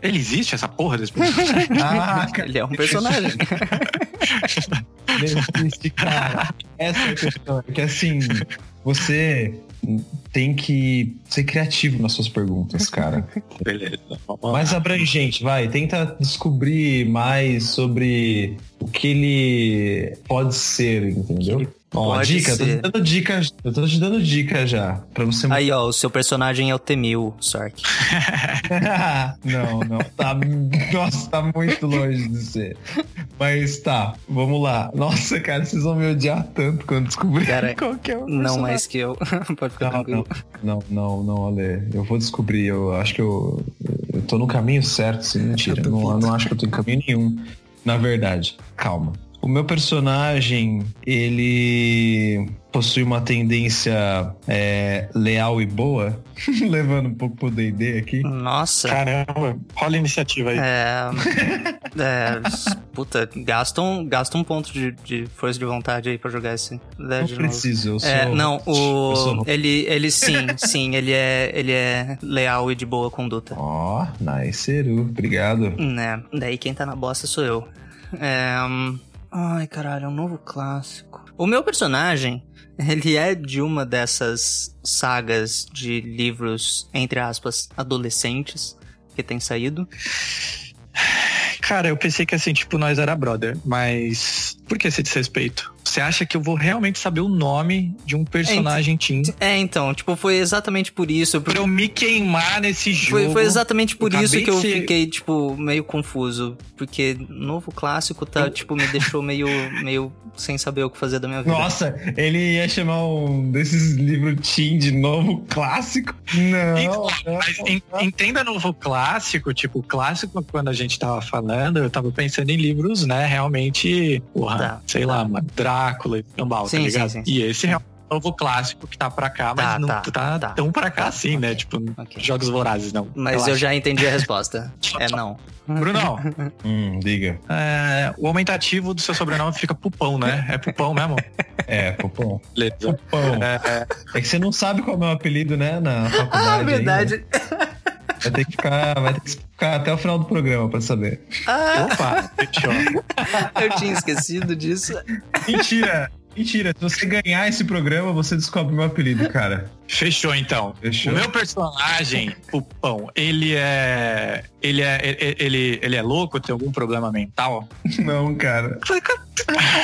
C: Ele existe essa porra desse personagem?
B: Ah, cara,
A: Ele é um personagem.
B: desiste, cara. Essa é a questão. É que assim, você tem que ser criativo nas suas perguntas, cara.
C: Beleza. vamos lá.
B: Mais abrangente, vai. Tenta descobrir mais sobre o que ele pode ser, entendeu? Ó,
A: pode
B: dica,
A: ser.
B: eu tô te dando dica, eu tô te dando dica já, pra você...
A: Aí, ó, o seu personagem é o Temil, Sark.
B: não, não, tá... Nossa, tá muito longe de ser. Mas tá, vamos lá. Nossa, cara, vocês vão me odiar tanto quando descobrir
A: Cara,
B: qual que é o
A: Não
B: personagem.
A: mais que eu. Pode ficar
B: Não,
A: tranquilo.
B: não, não, não, não, Ale. Eu vou descobrir. Eu acho que eu, eu tô no caminho certo, sim, mentira.
A: Eu
B: Eu não,
A: duvido.
B: eu não acho que eu tô em caminho nenhum. Na verdade, calma. O meu personagem, ele possui uma tendência é, leal e boa, levando um pouco pro D&D aqui.
A: Nossa.
C: Caramba, rola a iniciativa aí.
A: É. é puta, gasta um, gasta um ponto de, de força de vontade aí pra jogar esse.
B: Não
A: de novo.
B: preciso, eu sou...
A: É, não,
B: eu
A: o.
B: sou-
A: Ele, ele sim, sim, ele é, ele é leal e de boa conduta.
B: Ó, nice, Eru. Obrigado.
A: Né? Daí quem tá na bosta sou eu. É. hum, Ai, caralho, é um novo clássico. O meu personagem, ele é de uma dessas sagas de livros, entre aspas, adolescentes que tem saído.
C: Cara, eu pensei que assim, tipo, nós era brother, mas por que esse desrespeito? Você acha que eu vou realmente saber o nome de um personagem Team?
A: É, então, tipo, foi exatamente por isso.
C: Pra eu me queimar nesse jogo.
A: Foi, foi exatamente por
C: Acabei
A: isso que eu
C: de ser-
A: fiquei, tipo, meio confuso. Porque novo clássico tá, tipo, me deixou meio, meio sem saber o que fazer da minha vida.
B: Nossa, ele ia chamar um desses livros Tim de novo clássico? Não.
C: Mas en- entenda novo clássico, tipo, clássico quando a gente tava falando, eu tava pensando em livros, né, realmente, porra,
A: Tá.
C: sei lá, mano, Drácula e Cambal, tá
A: Sim,
C: ligado?
A: sim, sim.
C: E esse é um novo clássico que tá pra cá, mas
A: Tá,
C: não
A: tá,
C: tá,
A: tá.
C: tão pra cá assim, né, tipo,
A: Ok.
C: Jogos Vorazes, não.
A: Mas eu
C: Relaxa.
A: já entendi a resposta. É não.
C: Brunão,
B: Hum, diga.
C: é, o aumentativo do seu sobrenome fica Pupão, né? É Pupão mesmo?
B: É, Popom.
C: Beleza.
B: Popom.
C: É,
B: É que você não sabe qual é o meu apelido, né? Na faculdade.
A: Ah,
B: ainda.
A: verdade.
B: Vai ter que ficar, vai ter que ficar até o final do programa pra saber.
A: Ah,
C: opa, fechou.
A: eu tinha esquecido disso.
B: Mentira! Mentira, se você ganhar esse programa, você descobre o meu apelido, cara.
C: Fechou então.
B: Fechou.
C: O meu personagem, Pupão, ele é. Ele é. Ele, ele, ele é louco, tem algum problema mental?
B: Não, cara.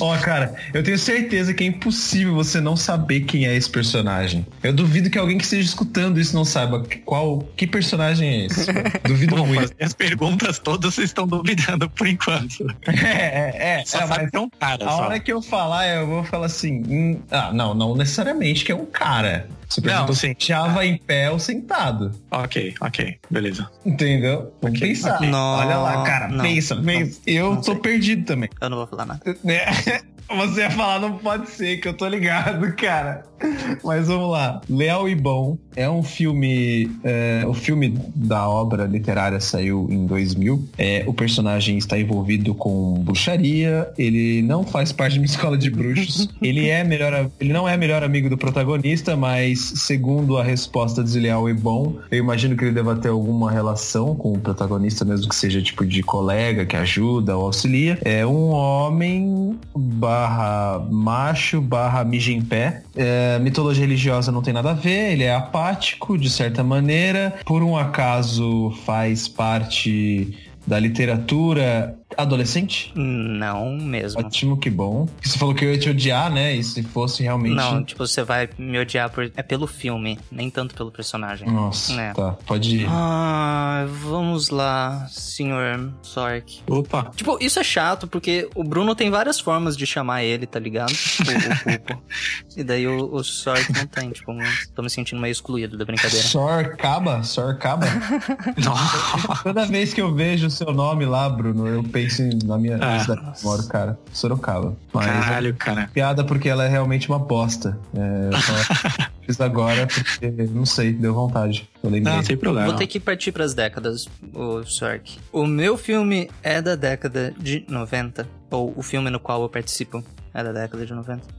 B: Ó, cara, eu tenho certeza que é impossível você não saber quem é esse personagem. Eu duvido que alguém que esteja escutando isso não saiba qual. Que personagem é esse? Duvido
C: Bom,
B: muito.
C: as minhas perguntas todas vocês estão duvidando por enquanto.
B: É, é, é.
C: Só
B: é,
C: sabe
B: mas-
C: que é um cara.
B: A
C: só.
B: hora que eu falar, eu vou falar assim. "Hum, ah, não, não necessariamente que é um cara. Você
C: Não,
B: perguntou
C: sim.
B: se Java em pé ou sentado.
C: Ok, ok, beleza.
B: Entendeu? Vamos
C: Ok.
B: pensar.
A: Ok. Não,
B: Olha lá, cara.
A: não,
B: pensa,
A: não,
B: pensa. eu
A: não
B: tô
A: sei.
B: perdido também.
A: Eu não vou falar nada.
B: Né? Você ia falar, não pode ser, que eu tô ligado, cara. Mas vamos lá. Leal e Bom é um filme. é, o filme da obra literária saiu em 2000. É, o personagem está envolvido com bruxaria. Ele não faz parte de uma escola de bruxos. Ele é melhor. a- Ele não é melhor amigo do protagonista, mas segundo a resposta de Leal e Bom, eu imagino que ele deva ter alguma relação com o protagonista, mesmo que seja tipo de colega que ajuda ou auxilia. É um homem barra macho barra mija em pé. É, mitologia religiosa não tem nada a ver, ele é apático de certa maneira. Por um acaso faz parte da literatura adolescente?
A: Não mesmo.
B: Ótimo, que bom. Você falou que eu ia te odiar, né? E se fosse realmente.
A: Não, tipo, você vai me odiar por... é pelo filme, nem tanto pelo personagem.
C: Uhum.
B: Nossa,
A: É.
B: tá. Pode ir.
A: Ah, vamos lá, senhor Sork.
C: Opa.
A: Tipo, isso é chato, porque o Bruno tem várias formas de chamar ele, tá ligado? O- o Cuco. e daí o, o Sork não tem, tipo, tô me sentindo meio excluído da brincadeira.
B: Sorcaba? Sorcaba?
C: Nossa.
B: Toda vez que eu vejo o seu nome lá, Bruno, eu penso em- na minha
C: Ah.
B: cidade que eu moro, cara. Sorocaba. Mas
C: Caralho, cara.
B: é piada porque ela é realmente uma bosta. É, eu só fiz agora porque, não sei, deu vontade. Eu lembrei.
C: Não, sem problema.
A: Vou ter que partir pras décadas, o Sork. O meu filme é da década de 90, ou o filme no qual eu participo é da década de 90.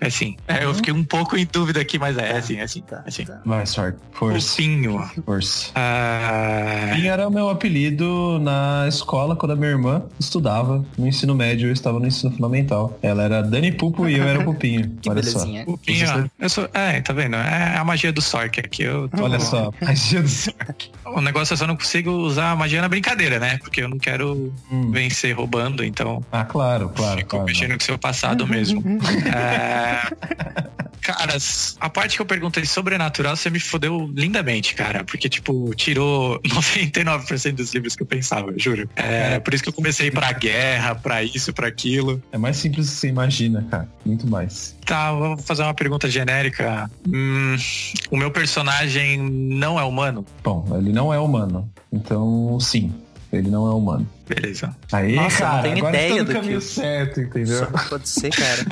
C: É sim. É, eu fiquei um pouco em dúvida aqui, mas é, é sim, é sim.
A: Tá,
C: É sim.
A: tá.
B: Vai, Sork. Force.
C: Ursinho.
B: Force.
C: Ah,
B: Pinho era o meu apelido na escola quando a minha irmã estudava no ensino médio, eu estava no ensino fundamental. Ela era Dani Pupo e eu era o Pupinho.
A: Que
B: Olha só.
A: belezinha.
C: o Pinho, ó, eu sou. É, tá vendo? É a magia do Sork aqui. Eu tô-
B: Olha só. Ai, Jesus.
C: O negócio é só não consigo usar a magia na brincadeira, né? Porque eu não quero
B: Hum.
C: vencer roubando, então
B: Ah, claro, claro.
C: Ficou
B: claro.
C: mexendo com o seu passado mesmo. É, Caras, a parte que eu perguntei sobrenatural, você me fodeu lindamente, cara. Porque, tipo, tirou 99% dos livros que eu pensava, eu juro. É, por isso que eu comecei pra guerra, pra isso, pra aquilo.
B: É mais simples do que você imagina, cara. Muito mais.
C: Tá, vou fazer uma pergunta genérica. Hum, o meu personagem não é humano?
B: Bom, ele não é humano. Então, sim, ele não é humano.
C: Beleza.
B: Aí,
A: Nossa,
B: cara,
A: não tenho
B: agora
A: ideia
B: está no
A: do
B: caminho
A: que-
B: certo, entendeu?
A: Só pode ser, cara.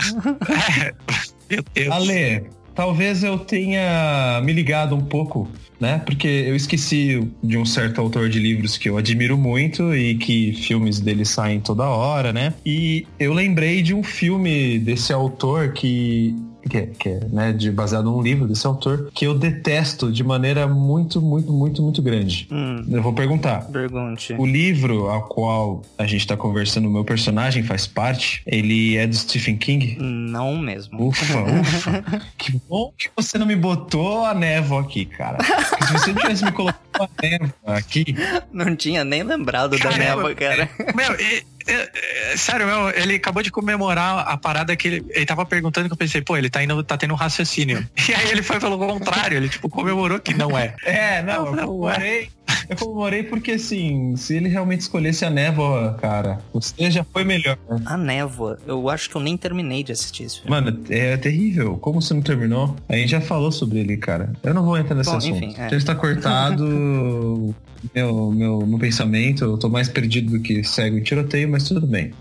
C: Meu Deus.
B: Ale, talvez eu tenha me ligado um pouco, né? Porque eu esqueci de um certo autor de livros que eu admiro muito e que filmes dele saem toda hora, né? E eu lembrei de um filme desse autor que. Que é, que é, né, de, baseado num livro desse autor, que eu detesto de maneira muito, muito, muito, muito grande.
A: Hum,
B: Eu vou perguntar.
A: pergunte.
B: O livro ao qual a gente tá conversando, o meu personagem faz parte, ele é do Stephen King?
A: Não mesmo.
B: Ufa, ufa. Que bom que você não me botou a névoa aqui, cara. Porque se você tivesse me colocado a névoa aqui,
A: Não tinha nem lembrado da
C: Caramba,
A: névoa, cara.
C: Meu, e- e- e- sério, meu, ele acabou de comemorar a parada que ele, ele tava perguntando que eu pensei, pô, ele tá indo, tá tendo um raciocínio. E aí ele foi pelo contrário, ele tipo comemorou que não é.
B: É, não, eu
C: Não, não,
B: comemorei. Eu comemorei porque, assim, se ele realmente escolhesse a névoa, cara, você já foi melhor.
A: A névoa. Eu acho que eu nem terminei de assistir esse filme.
B: Mano, é terrível. Como você não terminou? A gente já falou sobre ele, cara. Eu não vou entrar nesse
A: Bom,
B: assunto.
A: enfim, é.
B: Já está cortado meu, meu, meu pensamento. Eu tô mais perdido do que cego em tiroteio, mas tudo bem.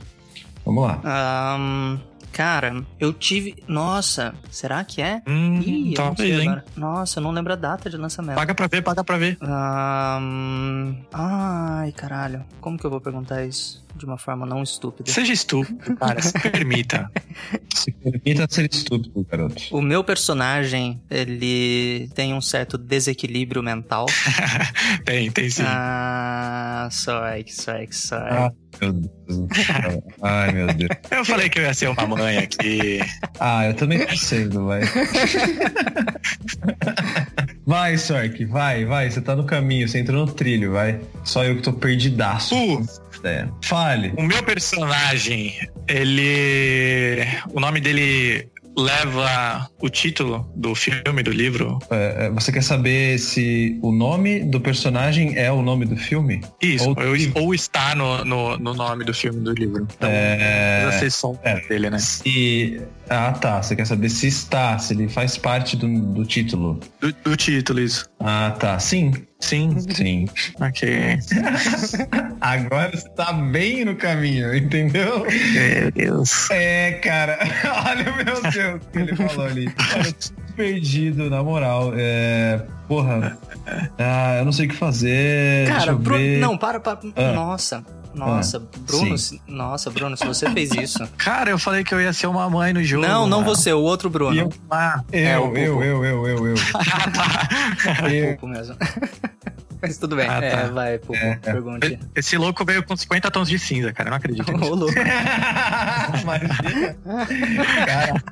B: Vamos lá.
A: Ahn, cara, eu tive. Nossa, será que é?
C: Hum,
A: Ih, eu não
C: talvez,
A: sei
C: hein?
A: agora. Nossa, eu não lembro a data de lançamento.
C: Paga pra ver, paga pra ver.
A: Ahn, ai, caralho. Como que eu vou perguntar isso de uma forma não estúpida?
C: Seja estúpido, cara, se permita.
B: Se permita ser estúpido, garoto.
A: O meu personagem, ele tem um certo desequilíbrio mental.
C: Tem, tem sim.
A: Ah, sorry, sorry, sorry.
B: Ah. Meu Deus do céu. Ai, meu Deus.
C: Eu falei que eu ia ser uma mãe aqui.
B: Ah, eu também consigo, vai. Vai, Sork, vai, vai. Você tá no caminho, você entrou no trilho, vai. Só eu que tô perdidaço.
C: Uh.
B: É. Fale.
C: O meu personagem, ele. O nome dele leva o título do filme, do livro.
B: É, é, você quer saber se o nome do personagem é o nome do filme?
C: Isso,
B: Ou-
C: ou, ou está no, no, no nome do filme, do livro. Então,
B: É,
C: precisa ser só
B: é.
C: dele, né?
B: Se. Ah, tá. Você quer saber se está, se ele faz parte do, do título.
C: Do, do título, isso.
B: Ah, tá. Sim.
C: Sim,
B: Sim.
C: ok.
B: Agora você tá bem no caminho, entendeu?
C: Meu Deus.
B: É, cara. Olha, meu Deus, o que ele falou ali. Cara, eu tô perdido, na moral. É. Porra. Ah, eu não sei o que fazer. Deixa
A: Cara,
B: eu
A: Bruno.
B: ver.
A: Não, para, para.
B: Ah.
A: Nossa. Nossa, Bruno, se- nossa, Bruno, se você fez isso.
C: Cara, eu falei que eu ia ser uma mãe no jogo.
A: Não, não
C: mano.
A: você, o outro Bruno.
B: Ah. E eu- Eu,
C: Ah, é,
B: eu,
C: o-
B: eu, eu, eu, eu. eu.
A: Pupo mesmo. Mas tudo bem.
C: Ah, tá.
A: É, vai, Pupo,
B: É.
A: pergunte.
C: Esse louco veio com 50 tons de cinza, cara. eu Não acredito.
A: Ô,
C: nisso.
A: louco.
B: Imagina. Cara,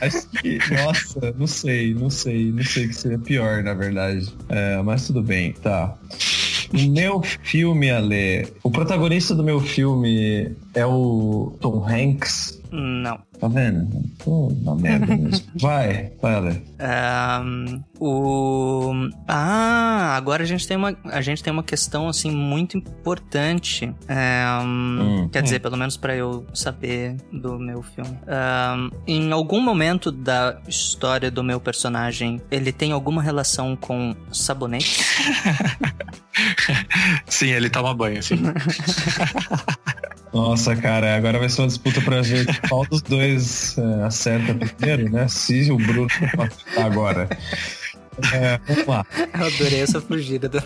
B: acho que. Nossa, não sei, não sei. Não sei o que seria pior, na verdade. É, mas tudo bem, tá. O meu filme, Ale. O protagonista do meu filme é o Tom Hanks.
A: Não.
B: Tá vendo? Tô na merda mesmo. Vai, vai, Ale.
A: Ahn, o ah agora a gente tem uma a gente tem uma questão assim muito importante Ahn,
B: Hum.
A: quer dizer pelo menos pra eu saber do meu filme Ahn, em algum momento da história do meu personagem ele tem alguma relação com sabonete
C: Sim, ele toma banho, assim.
B: Nossa, cara, agora vai ser uma disputa pra ver qual dos dois é, acerta primeiro, né? Se o Bruno acertar agora. É, vamos lá.
A: eu adorei essa fugida da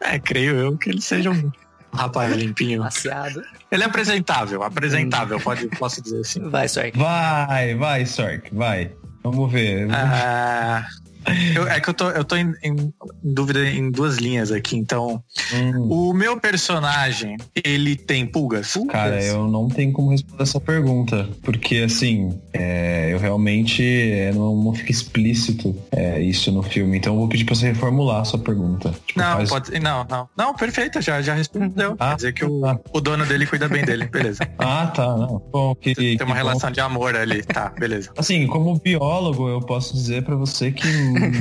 C: é, creio eu que ele seja um rapaz limpinho.
A: passeado
C: Ele é apresentável, apresentável, pode, posso dizer assim.
A: vai sorry
B: Vai, vai, Sork, vai. Vamos ver.
C: Ah, eu- é que eu tô, eu tô em, em dúvida em duas linhas aqui, então.
B: Hum,
C: O meu personagem, ele tem pulgas?
B: cara, eu não tenho como responder essa pergunta. Porque, assim, é, eu realmente é, não, não fica explícito é, isso no filme. Então eu vou pedir pra você reformular a sua pergunta. Tipo,
C: Não,
B: faz-
C: pode. Não, não. Não, perfeito, já, já respondeu.
B: Ah.
C: Quer dizer que o, o dono dele cuida bem dele, beleza.
B: Ah, tá. Não. Bom, que,
C: Tem
B: que
C: uma
B: bom.
C: relação de amor ali, tá, beleza.
B: Assim, como biólogo, eu posso dizer pra você que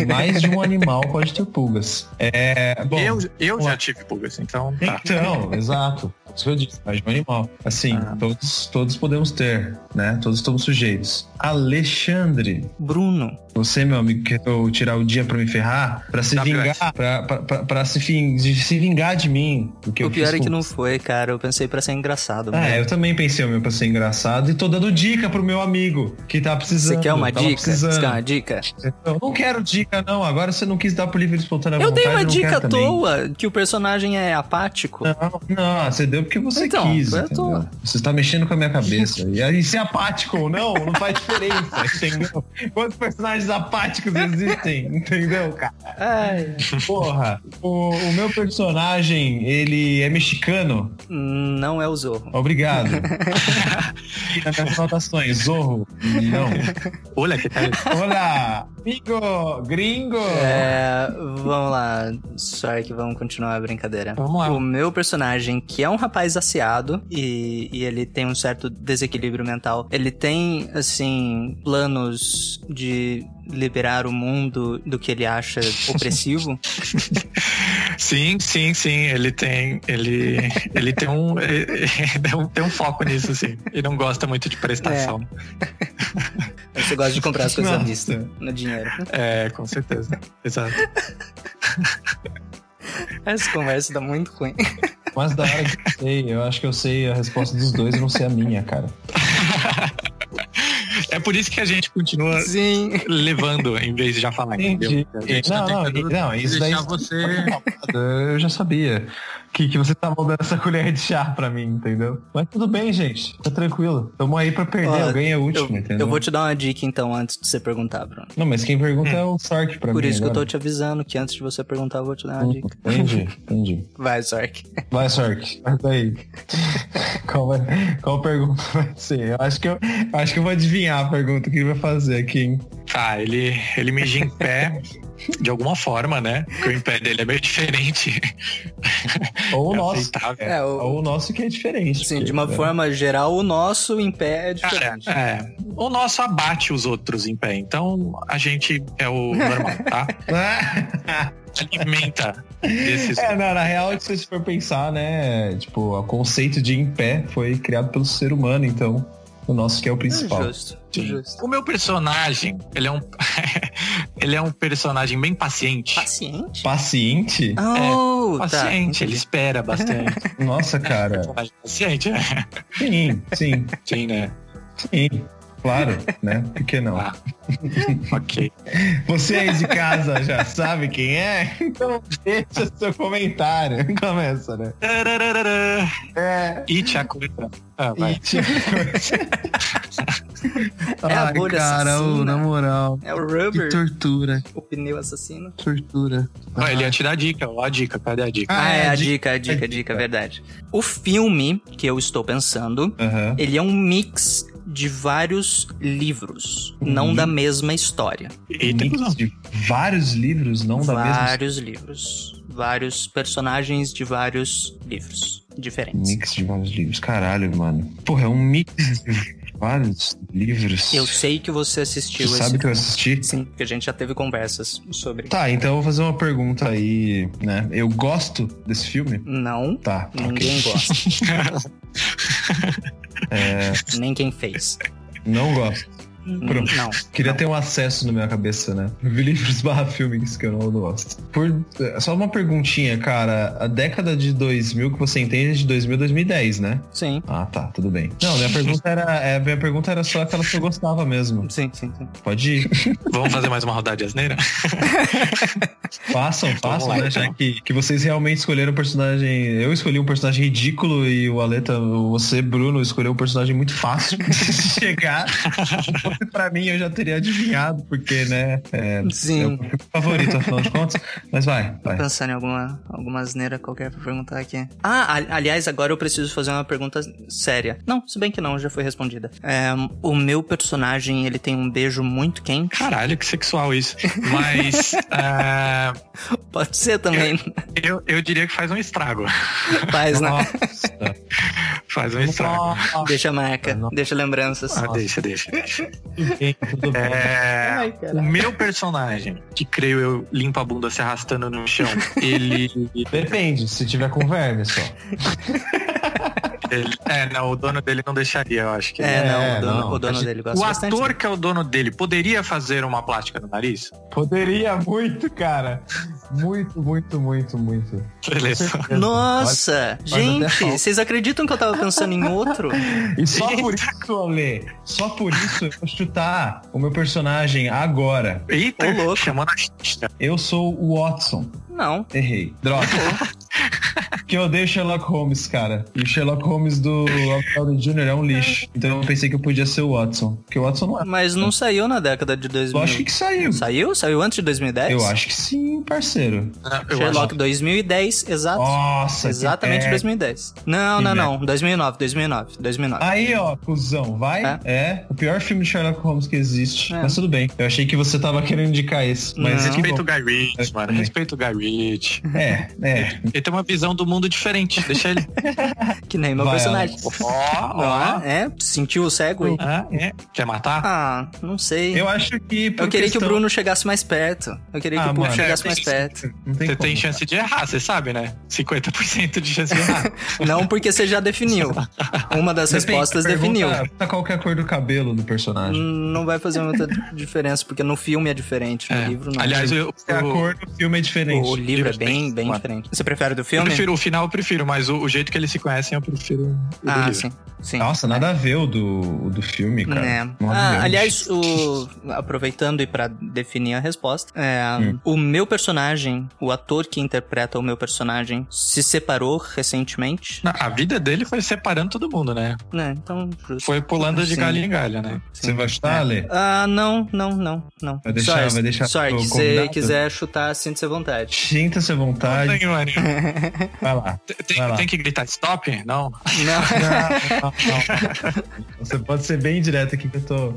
B: mais de um animal pode ter pulgas. É, bom,
C: eu eu
B: vamos
C: já
B: lá.
C: tive pulgas, então tá.
B: então, exato. Isso que eu disse, mais de um animal. Assim,
C: Ah.
B: todos, todos podemos ter, né? Todos estamos sujeitos. Alexandre,
A: Bruno
B: você, meu amigo, quer eu tirar o dia pra me ferrar? Pra se
C: Tá,
B: vingar, pra, pra, pra, pra se, fin- de- se vingar de mim. do que eu
A: o pior
B: fiz
A: é que
B: com-
A: não foi cara eu pensei pra ser engraçado
B: É,
A: mesmo.
B: eu também pensei o meu pra ser engraçado e tô dando dica pro meu amigo que tá precisando.
A: você quer uma
B: tava
A: dica você
B: Precisando.
A: quer uma dica
B: Eu não quero dica, não. Agora você não quis dar pro livre e espontânea
A: Eu dei
B: vontade,
A: uma
B: não
A: dica
B: quero
A: à
B: também.
A: toa que o personagem é apático.
B: Não, não, você deu porque você
A: Então,
B: quis.
A: eu tô-
B: entendeu? Você tá mexendo com a minha cabeça. E aí, se é apático ou não, não faz diferença, entendeu? Quantos personagens apáticos existem, entendeu, cara?
A: Ai.
B: Porra, o, o meu personagem, ele é mexicano.
A: Não é o Zorro.
B: Obrigado. E nas minhas anotações, Zorro. Não.
C: Olha que tá.
B: Olá, amigo, gringo.
A: É, vamos lá, só que vamos continuar a brincadeira.
C: Vamos lá.
A: O meu personagem, que é um rapaz aciado e, e ele tem um certo desequilíbrio mental, ele tem, assim, planos de liberar o mundo do que ele acha opressivo.
C: Sim, sim, sim. Ele tem. Ele, ele tem, um, tem um. Tem um foco nisso, sim. Ele não gosta muito de prestação.
A: Você gosta de comprar as coisas à
B: Nossa.
A: vista, no dinheiro.
C: É, com certeza. Exato.
A: Essa conversa tá muito ruim.
B: Mas da hora que eu sei, eu acho que eu sei a resposta dos dois e não sei a minha, cara.
C: É por isso que a gente continua
A: Sim.
C: levando em vez de já falar,
B: Entendi.
C: entendeu? A gente
B: Não,
C: tá
B: não,
C: tentando
B: não, isso daí.
C: deixar você.
B: Eu já sabia que, que você tava dando essa colher de chá pra mim, entendeu? Mas tudo bem, gente. Tá tranquilo. Tamo aí pra perder.
A: Ó,
B: Alguém é o
A: Eu,
B: último, entendeu?
A: eu vou te dar uma dica então antes de você perguntar, Bruno.
B: Não, mas quem pergunta é o Sark pra mim.
A: Por isso que eu tô
B: agora.
A: te avisando que antes de você perguntar, eu vou te dar uma dica.
B: Entendi, entendi.
A: Vai, Zork.
B: Vai, Sark. Vai daí. Qual, vai- qual pergunta vai ser? Eu acho que eu, acho que eu vou adivinhar a pergunta que ele vai fazer aqui, hein?
C: Tá, ele, ele mija em pé de alguma forma, né? Porque o em pé dele é meio diferente.
B: Ou o
C: É
B: nosso.
C: aceitável.
A: É, o-
B: Ou o nosso que é diferente.
A: Sim,
B: porque,
A: de uma
B: né?
A: forma geral, o nosso em pé é diferente.
C: É, o nosso abate os outros em pé, então a gente é o normal, tá? Alimenta desses.
B: É, na, na real, se você for pensar, né? Tipo, o conceito de em pé foi criado pelo ser humano, então o nosso que é o principal.
A: Ah, Justo,
C: Sim.
A: justo.
C: O meu personagem, ele é um ele é um personagem bem paciente.
A: Paciente?
B: Paciente?
A: Oh, tá.
C: Paciente, ele espera bastante.
B: Nossa, cara.
C: Personagem paciente, né?
B: Sim, sim,
C: Sim, né?
B: sim. Claro, né? Por que não?
C: Ah. Ok.
B: Você aí de casa já sabe quem é? Então deixa seu comentário. Começa, né?
C: Tarararara.
B: É.
C: It a coisa. Ah, vai.
A: É a bolha assassina.
B: moral.
A: É o rubber,
B: tortura,
A: o pneu assassino.
B: tortura.
C: Ó, ele ia te dar a dica, ó a dica, cadê a dica?
B: Ah,
A: Ah, é
B: é,
A: a
B: a
A: dica, a dica,
B: dica.
A: a dica, é verdade. O filme que eu estou pensando,
B: Aham.
A: ele é um mix de vários livros,
B: Uhum.
A: não da mesma história.
C: Eita,
B: Mix
C: cuzão.
B: de vários livros, não da mesma.
A: vários livros, vários personagens de vários livros diferentes.
B: Mix de vários livros, caralho, mano. Porra, é um mix de vários livros.
A: Eu sei que você assistiu
B: Você
A: esse
B: sabe que eu assisti?
A: Sim, porque a gente já teve conversas sobre.
B: Tá, então eu vou fazer uma pergunta aí, né? Eu gosto desse filme?
A: Não,
B: Tá, tá,
A: ninguém
B: ok.
A: gosta.
B: É,
A: Nem quem fez.
B: não gosto. Pronto.
A: Não.
B: Queria ter um acesso na minha cabeça, né? Livros barra filmes que eu não não gosto. Por, é, só uma perguntinha, cara. A década de 2000 que você entende é de 2000 a 2010, né?
A: Sim.
B: Ah, tá, tudo bem. Não, minha pergunta era, é, minha pergunta era só aquela que eu gostava mesmo.
A: Sim, sim, sim.
B: Pode ir.
C: Vamos fazer mais uma rodada de asneira?
B: Façam, façam,
C: lá,
B: né?
C: então.
B: Já que, que vocês realmente escolheram um personagem. Eu escolhi um personagem ridículo e o Aleta, você, Bruno, escolheu um personagem muito fácil de chegar. Se fosse pra mim, eu já teria adivinhado, porque, né? É,
A: Sim.
B: é o meu favorito, afinal de contas. Mas vai, vai.
A: Pensando em alguma, alguma asneira qualquer pra perguntar aqui. Ah, ali- aliás, agora eu preciso fazer uma pergunta séria. Não, se bem que não, já foi respondida. É, o meu personagem, ele tem um beijo muito quente.
C: Caralho, que sexual isso. Mas ah,
A: Pode ser também.
C: eu, eu diria que faz um estrago.
A: Faz, né?
C: Faz um estrago.
A: Deixa marca, deixa lembranças.
C: Ah, deixa, deixa, deixa.
B: Tudo bem.
C: É,
A: Ai,
C: o
A: cara.
C: meu personagem, que creio eu limpa a bunda se arrastando no chão, ele.
B: Depende, se tiver com verme só.
C: ele- é, não, o dono dele não deixaria, eu acho que.
A: É, não,
B: É,
A: o dono,
B: não.
A: o dono dele gosta
C: O
A: bastante. né?
C: ator que é o dono dele poderia fazer uma plástica no nariz?
B: Poderia muito, cara. Muito, muito, muito, muito.
C: Beleza.
A: Nossa!
B: até
A: gente,
B: falta.
A: vocês acreditam que eu tava pensando em outro?
B: E só por isso, Ale, só por isso eu vou chutar o meu personagem agora.
C: Eita,
A: Ô, louco.
C: chamando a gente.
B: Eu sou o Watson.
A: Não.
B: Errei. Droga. que eu odeio Sherlock Holmes, cara. E o Sherlock Holmes do Robert Downey Jr. é um lixo. Então eu pensei que eu podia ser o Watson. Porque o Watson não é.
A: Mas não saiu na década de 2000.
B: Lógico que saiu.
A: Saiu? Saiu antes de 2010?
B: Eu acho que sim, parceiro.
C: Ah, Eu
A: Sherlock 2010, exato.
B: Nossa,
A: Exatamente
B: que... é. né?
A: 2010. Não,
B: Que
A: não, não. 2009, 2009, 2009.
B: Aí, ó, cuzão, vai.
A: É.
B: É. o pior filme de Sherlock Holmes que existe.
A: É.
B: Mas tudo bem. Eu achei que você tava querendo indicar isso. Mas
A: Não.
B: que bom.
C: Respeita o Guy Ritchie,
B: Eu
C: mano.
A: É.
B: também.
C: Respeita o Guy Ritchie.
B: É, é.
C: Ele tem uma visão do mundo diferente. Deixa ele.
A: que nem meu
B: Vai,
A: personagem.
C: Ó,
A: Ó,
C: ó.
A: é? Sentiu o cego? aí?
C: Ah, é. Quer matar?
A: Ah, não sei. Eu,
B: Eu acho que. por
A: queria que o
B: questão-
A: Bruno chegasse mais perto. Eu queria que
B: Ah,
A: o Bruno
B: mano.
A: chegasse mais
C: É,
A: perto.
B: Não tem
C: Você
B: como.
C: tem chance de errar, você sabe, né? 50% de chance de errar.
A: Não porque você já definiu. Uma das
B: Depende,
A: respostas definiu.
B: Pergunta qual que é a cor do cabelo do personagem.
A: Hum, Não vai fazer muita diferença, porque no filme é diferente, no
C: É.
A: livro não.
C: Aliás, eu,
B: Se a
C: eu-
B: cor do filme é diferente.
A: o livro é
C: livro
A: bem,
C: tem-
A: bem
C: claro.
A: diferente. Você prefere o do
C: eu
A: filme?
C: prefiro o final, eu prefiro, mas o, o jeito que eles se conhecem, eu prefiro. o do
A: Ah,
C: livro.
A: sim. Sim.
B: Nossa, né? nada a ver o do, o do filme, cara.
A: É.
B: Nada a ver.
A: Ah, aliás, o- aproveitando e pra definir a resposta, é,
B: Hum.
A: o meu personagem, o ator que interpreta o meu personagem, se separou recentemente.
C: Não, a vida dele foi separando todo mundo, né?
A: Né, então, justo.
C: Foi pulando de
A: Sim.
C: galho em galho, né?
B: Você vai chutar, Ale?
A: Ah, não, não, não, não.
B: Vai deixar-
A: Sorry,
B: vai deixar
A: sorry,
B: pro
A: se você
B: convidado?
A: quiser chutar, sinta-se à vontade.
B: Sinta-se à vontade.
C: Não tem, mano.
B: Vai lá.
C: Tem,
B: Vai lá.
C: tem que gritar stop? Não.
A: Não,
B: Não, não, não. Você pode ser bem direto aqui que eu tô. eu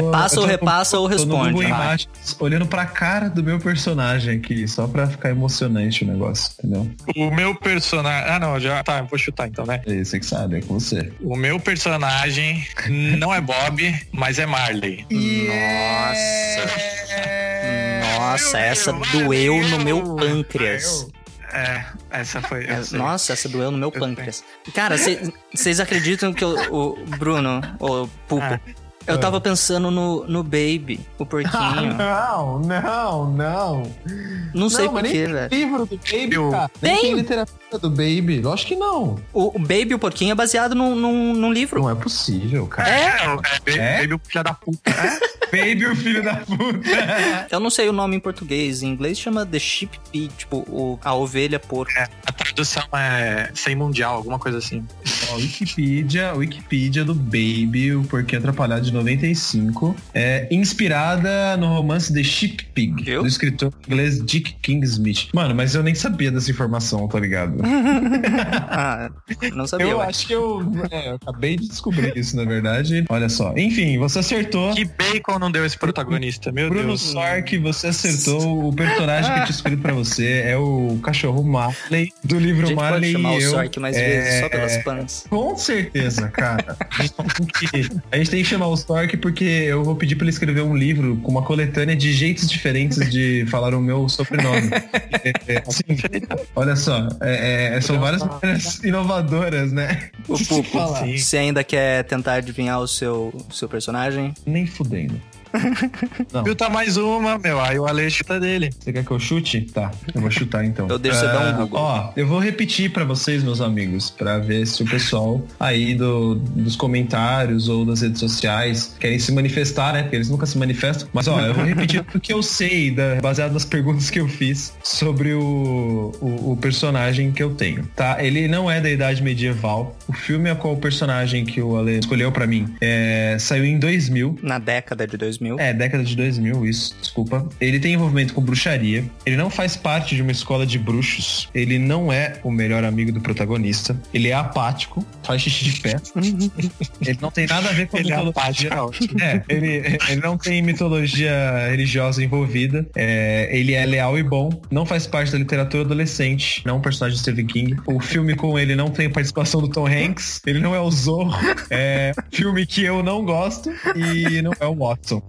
B: tô-
A: passa
B: eu
A: ou
B: tô-
A: É, repassa ou
B: Tô no
A: responde.
B: Google
A: vai.
B: Imagens, olhando pra cara do meu personagem aqui, só pra ficar emocionante o negócio, entendeu?
C: O meu personagem. Ah, não, já. Tá, eu vou chutar então, né?
B: É isso que sabe, é com você.
C: O meu personagem não é Bob, mas é Marley.
A: Nossa. Nossa, essa doeu no meu pâncreas.
C: É, essa foi.
A: É,
C: eu sei.
A: Nossa, essa doeu no meu
C: Eu
A: pâncreas. Cara, vocês acreditam que eu- o Bruno, o Pupo,
C: Ah.
A: eu tava pensando no, no Baby, o porquinho.
D: Ah,
B: Ah,
D: Não, não, não.
A: Não sei
D: mas nem
A: porquê,
D: tem
A: velho.
D: livro do Baby,
C: Eu-
D: cara. Nem
A: Tem?
D: tem literatura do Baby. Lógico que não.
A: O, o Baby, o porquinho, é baseado num, num, num livro.
D: Não é possível, cara.
C: É, é, é,
B: É?
C: baby o filho da puta.
B: Baby, o filho da puta.
A: Eu não sei o nome em português. Em inglês chama The Sheep Pig, tipo, o- a ovelha porco.
C: A tradução é sem mundial, alguma coisa assim.
B: Ó, Wikipedia, Wikipedia do Baby, o Porquê Atrapalhado de 95. É inspirada no romance The Sheep Pig,
A: Viu?
B: do escritor inglês Dick Kingsmith. Mano, mas eu nem sabia dessa informação, tá ligado?
A: Ah, não sabia.
D: Eu
A: ué.
D: acho que eu, é, eu acabei de descobrir.
B: Descobri isso, na verdade. Olha só. Enfim, você acertou.
C: Que bacon não deu esse protagonista, meu
B: Bruno
C: Deus.
B: Sork, você acertou. O personagem que eu tinha escrito pra você é o cachorro Marley, do
A: A
B: livro
A: gente pode
B: Marley
A: chamar
B: e
A: o
B: eu.
A: Sork mais
B: É,
A: vezes, só pelas pans.
B: Com certeza, cara. A gente tem que- A gente tem que chamar o Stork porque eu vou pedir pra ele escrever um livro com uma coletânea de jeitos diferentes de falar o meu sobrenome. É, é, assim, olha só, é, é, são várias maneiras inovadoras, né?
A: O
B: de se
A: Pupo,
B: falar.
C: Sim.
A: Você ainda quer tentar adivinhar o seu, o seu personagem?
B: Nem fudendo.
C: Viu, tá mais uma, meu. Aí o Ale chuta dele.
B: Você quer que eu chute? Tá, eu vou chutar então.
A: Eu deixo você
B: Ah,
A: dar um Google.
B: Ó, eu vou repetir pra vocês, meus amigos, pra ver se o pessoal aí do, dos comentários ou das redes sociais querem se manifestar, né? Porque eles nunca se manifestam. Mas ó, eu vou repetir o que eu sei, da- baseado nas perguntas que eu fiz sobre o, o, o personagem que eu tenho, tá? Ele não é da idade medieval. O filme a qual o personagem que o Ale escolheu pra mim é, saiu em 2000.
A: Na década de 2000?
B: É, década de 2000, isso, desculpa. Ele tem envolvimento com bruxaria. Ele não faz parte de uma escola de bruxos. Ele não é o melhor amigo do protagonista. Ele é apático, faz xixi de pé. ele não tem nada a ver com a
C: Uhum. Ele é
B: mitologia.
C: apático.
B: É, ele, ele não tem mitologia religiosa envolvida. É, ele é leal e bom. Não faz parte da literatura adolescente. Não é um personagem do Stephen King. O filme com ele não tem participação do Tom Hanks. Ele não é o Zorro. É filme que eu não gosto. E não é o Watson.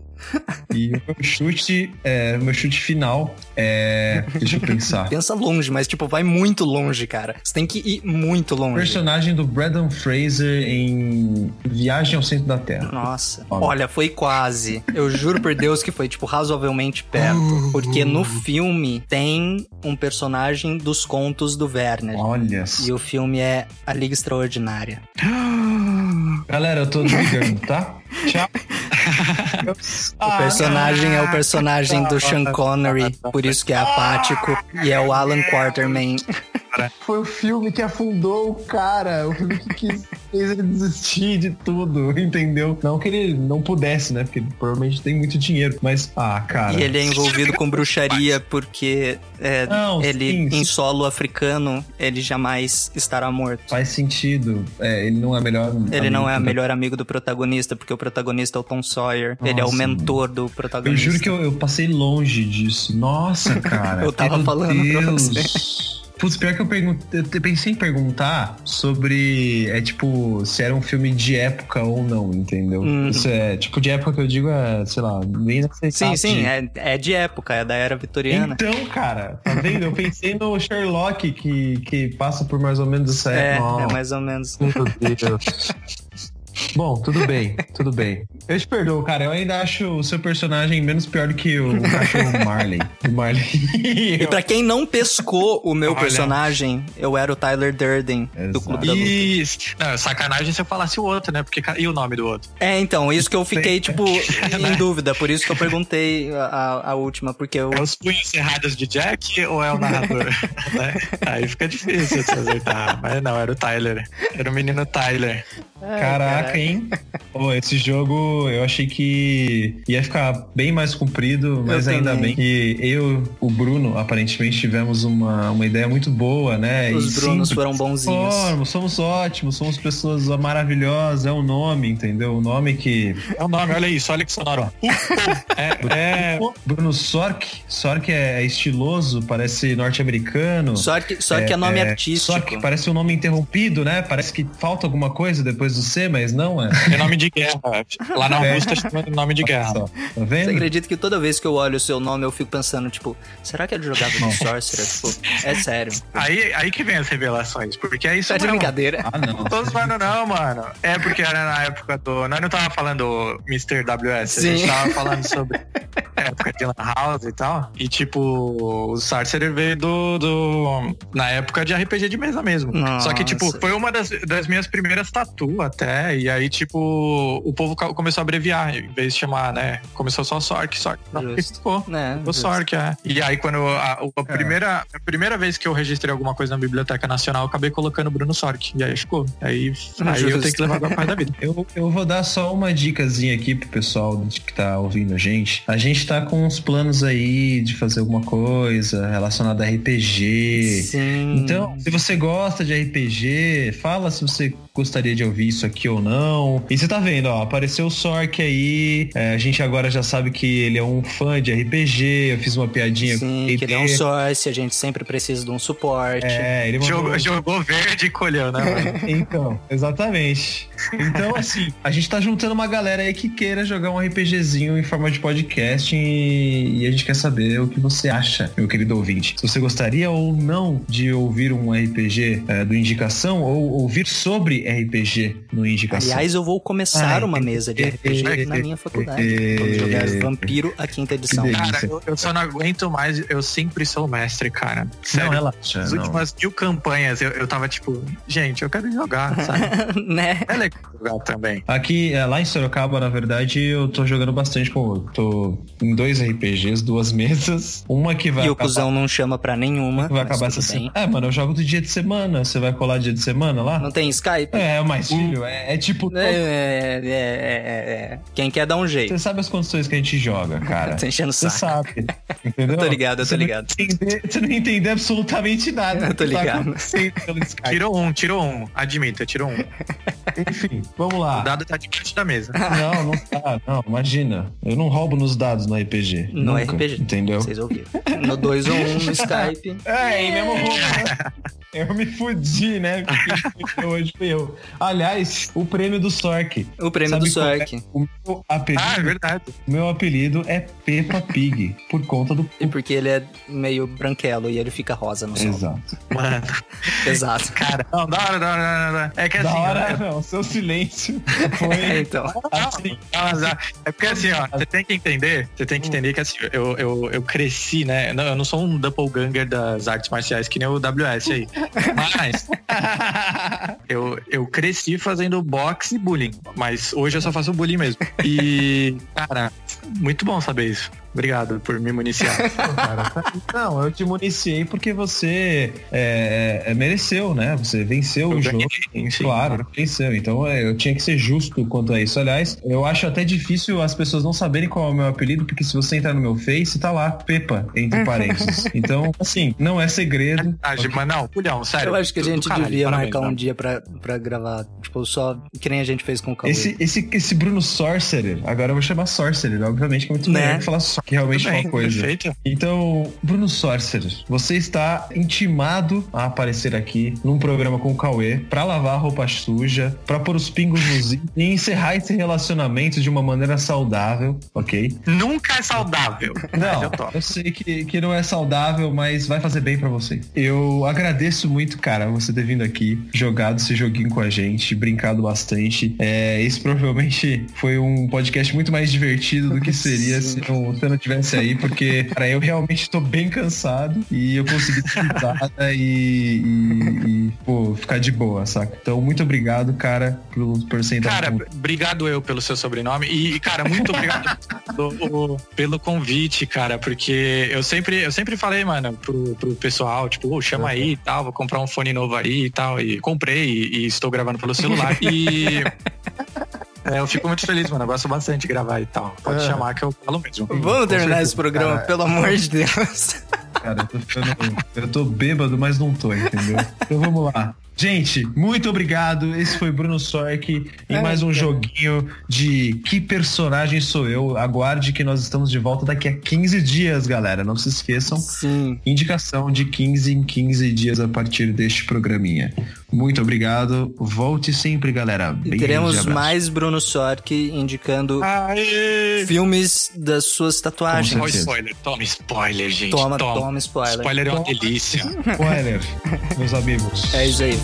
B: E o meu chute, é, o meu chute final é. Deixa eu pensar.
A: Pensa longe, mas tipo, vai muito longe, cara. Você tem que ir muito longe.
B: Personagem do Brandon Fraser em Viagem ao Centro da Terra.
A: Nossa.
B: Olha.
A: Olha, foi quase. Eu juro por Deus que foi, tipo, razoavelmente
B: Uhum.
A: perto. Porque no filme tem um personagem dos contos do Werner.
B: Olha
A: E o filme é A Liga Extraordinária.
B: Galera, eu tô ligando, tá? Tchau. Ah.
A: O personagem é o personagem do Sean Connery, por isso que é apático. E é o Alan Quarterman.
D: Foi o filme que afundou o cara. O filme que quis, fez ele desistir de tudo, entendeu?
B: Não que ele não pudesse, né? Porque ele provavelmente tem muito dinheiro. Mas, ah, cara.
A: E ele é envolvido com bruxaria porque é,
B: Não,
A: ele,
B: sim, sim.
A: em solo africano, ele jamais estará morto.
B: Faz sentido. É, ele não é melhor.
A: Ele não é o
B: amigo.
A: melhor amigo do protagonista, porque o protagonista é o Tom Sawyer. ele é o
B: Nossa,
A: mentor do
B: Eu
A: protagonista.
B: juro que eu, eu passei longe disso. Nossa, cara.
A: Eu tava
B: Meu
A: falando pra
B: Deus. Putz, pior que eu, perguntei, eu te- pensei em perguntar sobre. É tipo, se era um filme de época ou não, entendeu?
A: Hum.
B: Isso é, tipo, de época que eu digo é, sei lá, bem
A: Sim,
B: inaceitável.
A: sim, é, é de época, é da era vitoriana.
B: Então, cara, tá vendo? Eu pensei no Sherlock que, que passa por mais ou menos essa
A: É,
B: época.
A: é mais ou menos.
B: Meu Deus. Bom, tudo bem, tudo bem. Eu te perdoo, cara. Eu ainda acho o seu personagem menos pior do que o cachorro Marley. O Marley.
A: E pra quem não pescou o meu
C: Olha.
A: personagem, eu era o Tyler Durden, do
B: Exato.
A: Clube da Luta.
C: Isso. Não, é sacanagem se eu falasse o outro, né? Porque, ca- e o nome do outro?
A: É, então, isso que eu fiquei, tipo,
B: né?
A: em dúvida. Por isso que eu perguntei a, a- a última, porque eu
C: É os punhos errados de Jack ou é o narrador? né? Aí fica difícil se acertar. Mas não, era o Tyler. Era o menino Tyler.
B: É, Caraca, hein? Pô, esse jogo eu achei que ia ficar bem mais comprido, mas
A: Eu
B: ainda
A: também.
B: bem que eu, o Bruno, aparentemente tivemos uma, uma ideia muito boa, né?
A: Os
B: E
A: Brunos
B: sim,
A: foram bonzinhos.
B: Somos, somos ótimos, somos pessoas maravilhosas, é um nome, entendeu? O nome que.
C: É o nome, olha isso, olha que sonoro. ó. É, é,
B: Bruno Sork. Sork é estiloso, parece norte-americano.
A: Só que, só que é nome artístico.
B: Sork parece um nome interrompido, né? Parece que falta alguma coisa depois do C, mas não é.
C: é nome de guerra. Lá
A: É.
C: na Augusta chama de nome de guerra.
B: Só. Tá
A: Você
B: vendo?
A: acredita que toda vez que eu olho o seu nome, eu fico pensando, tipo, será que ele jogava de Sorcerer? Tipo, é sério.
C: Aí, aí que vem as revelações, porque é isso
A: Tá de
C: mesmo.
A: brincadeira.
B: Ah, não.
C: Tô zoando não, mano. É porque era na época do... Nós não tava falando Mr. WS, a
A: Sim.
C: gente tava falando sobre a época de Lan House e tal. E tipo, o Sarcer veio do, do... na época de RPG de mesa mesmo.
A: Nossa.
C: Só que tipo, foi uma das, das minhas primeiras tatu até. E aí tipo, o povo ca- começou a abreviar, em vez de chamar, né? Começou só Sork, Sork. Não, e
A: Justo.
C: ficou.
A: Né?
C: O Sork, é. E aí, quando a, a primeira, a primeira vez que eu registrei alguma coisa na Biblioteca Nacional, eu acabei colocando Bruno Sork. E aí ficou. Aí, aí eu
A: Justo.
C: tenho que levar pra parte da vida.
B: Eu, eu vou dar só uma dicasinha aqui pro pessoal que tá ouvindo a gente. A gente tá com uns planos aí de fazer alguma coisa relacionada a RPG.
A: Sim.
B: Então, se você gosta de RPG, fala se você gostaria de ouvir isso aqui ou não. E você tá vendo, ó, apareceu o Sork aí. é, a gente agora já sabe que ele é um fã de RPG. Eu fiz uma piadinha
A: Sim,
B: ele.
A: que ele é um source, a gente sempre precisa de um suporte.
B: É, ele mandou-
C: Jogou, jogou verde e colheu, né, mano?
B: Então, exatamente. Então, assim, a gente tá juntando uma galera aí que queira jogar um RPGzinho em forma de podcast e, e a gente quer saber o que você acha, meu querido ouvinte. Se você gostaria ou não de ouvir um RPG eh, do Indicação ou ouvir sobre RPG no Indicação.
A: Aliás, eu vou começar
B: tá Ai,
A: uma mesa de
B: eh,
A: RPG
B: eh,
A: na minha faculdade.
B: eh,
A: Vamos jogar
B: eh,
A: Vampiro a quinta edição.
B: delícia.
C: Cara, eu, eu só não aguento mais. Eu sempre sou mestre, cara.
B: não,
C: Sério.
B: relaxa.
C: As
B: É, Não.
C: últimas mil campanhas, eu, eu tava tipo, gente, eu quero jogar, sabe?
A: né?
C: É legal jogar também.
B: Aqui, eh, lá em Sorocaba, na verdade, eu tô jogando bastante. Pô, eu tô em dois RPGs, duas mesas. Uma que vai
A: E o
B: acabar
A: cuzão não chama pra nenhuma.
B: Vai
A: mas
B: acabar
A: tudo
B: essa
A: bem.
B: semana. É, mano, eu jogo do dia de semana. Você vai colar dia de semana lá?
A: Não tem Skype?
B: É, mas, filho, é, é tipo.
A: É, é, é, é, é. Quem quer dar um jeito.
B: Você sabe as condições que a gente joga, cara.
A: Tá enchendo o
B: Você
A: saco.
B: sabe. Entendeu?
A: Eu tô ligado, eu tô
B: Você não
A: ligado.
B: entender- você não entender absolutamente nada.
A: Eu tô
B: do que tá
A: ligando.
B: acontecendo pelo Skype.
C: Tirou um, tirou um. Admita, tirou um.
B: Enfim, vamos
C: O
B: lá.
C: dado tá debaixo da mesa.
B: Não, não tá. Não, imagina. Eu não roubo nos dados no RPG.
A: No
B: Nunca,
A: RPG.
B: Entendeu?
A: Vocês ouviram. No 2 ou 1 um, no Skype.
B: É, e mesmo roubo, né? Eu me fudi, né? Porque hoje fui eu. Aliás, o prêmio do Sork.
A: O prêmio
B: Sabe
A: do
B: qual é?
A: Sork.
B: O meu apelido
C: Ah, é verdade.
B: Meu apelido é Peppa Pig, por conta do.
A: E porque ele é meio branquelo e ele fica rosa no sol.
B: Exato.
C: Mano.
A: Exato.
C: Cara, não, da hora, da hora, da hora, da hora. É que
B: da
C: assim,
B: hora,
C: ó,
B: não. Seu silêncio
A: É,
B: foi.
A: então.
C: tá.
B: assim.
C: não, mas, ah, é porque assim, ó, você tem que entender, você tem que entender que assim, eu, eu, eu cresci, né? Não, eu não sou um doppelganger das artes marciais que nem o WS aí. Mas eu, eu cresci fazendo boxe e bullying. Mas hoje eu só faço bullying mesmo. E, cara, muito bom saber isso. Obrigado por me municiar.
B: Não, eu te municiei porque você é, é, mereceu, né? Você venceu
C: Eu
B: o jogo.
C: ganhei, enfim.
B: Claro, venceu. Então é, eu tinha que ser justo quanto a isso. Aliás, eu acho até difícil as pessoas não saberem qual é o meu apelido, porque se você entrar no meu Face, tá lá, Peppa, entre parênteses. Então, assim, não é segredo.
C: Ah, Gi- mas não, pulhão, sério.
A: Eu acho que a
C: do- do
A: gente
C: caralho,
A: devia
C: parabéns, tá?
A: marcar um
C: não.
A: dia pra, pra gravar. Tipo, só que nem a gente fez com o Cauê.
B: Esse, esse, esse Bruno Sorcerer, agora eu vou chamar Sorcerer, obviamente que é muito
A: Né?
B: melhor que falar só, que realmente
C: Tudo
B: é
C: bem,
B: uma coisa.
C: Perfeito.
B: Então, Bruno Sorcerer, você está intimado a aparecer aqui num programa com o Cauê pra lavar a roupa suja, pra pôr os pingos nos i e encerrar esse relacionamento de uma maneira saudável, ok?
C: Nunca é saudável. Mas eu
B: Não,
C: topo.
B: eu sei que, que não é saudável, mas vai fazer bem pra você. Eu agradeço muito, cara, você ter vindo aqui, jogado esse joguinho com a gente, brincado bastante. É, esse provavelmente foi um podcast muito mais divertido do que seria se não, se eu não tivesse aí, porque, cara, eu realmente tô bem cansado e eu consegui dar risada e, e- e, pô, ficar de boa, saca? Então, muito obrigado, cara, por, por sentar
C: Cara,
B: com-
C: obrigado eu pelo seu sobrenome. E, cara, muito obrigado. pelo, pelo convite, cara, porque eu sempre, eu sempre falei, mano, pro, pro pessoal, tipo, "Ô, chama aí e tal, vou comprar um fone novo aí e tal, e comprei e, e estou gravando pelo celular. E. é, eu fico muito feliz, mano. Eu gosto bastante de gravar e tal. Pode
D: É.
C: chamar que eu falo mesmo.
A: Vamos terminar esse programa,
D: cara.
A: pelo amor de Deus.
B: Cara, eu tô, ficando- eu tô bêbado, mas não tô, entendeu? Então vamos lá. Gente, muito obrigado. Esse foi Bruno Sork em mais um joguinho de Que Personagem Sou Eu. Aguarde que nós estamos de volta daqui a 15 dias, galera. Não se esqueçam.
A: Sim.
B: Indicação de 15 em 15 dias a partir deste programinha. Muito obrigado. Volte sempre, galera.
A: E
B: Beijo,
A: teremos
B: abraço.
A: mais Bruno Sork indicando
C: Ah, Aê!
A: filmes das suas tatuagens.
C: Toma spoiler, toma spoiler, gente.
A: Toma, toma spoiler.
C: Spoiler é uma delícia.
B: Spoiler, meus amigos.
A: É isso aí.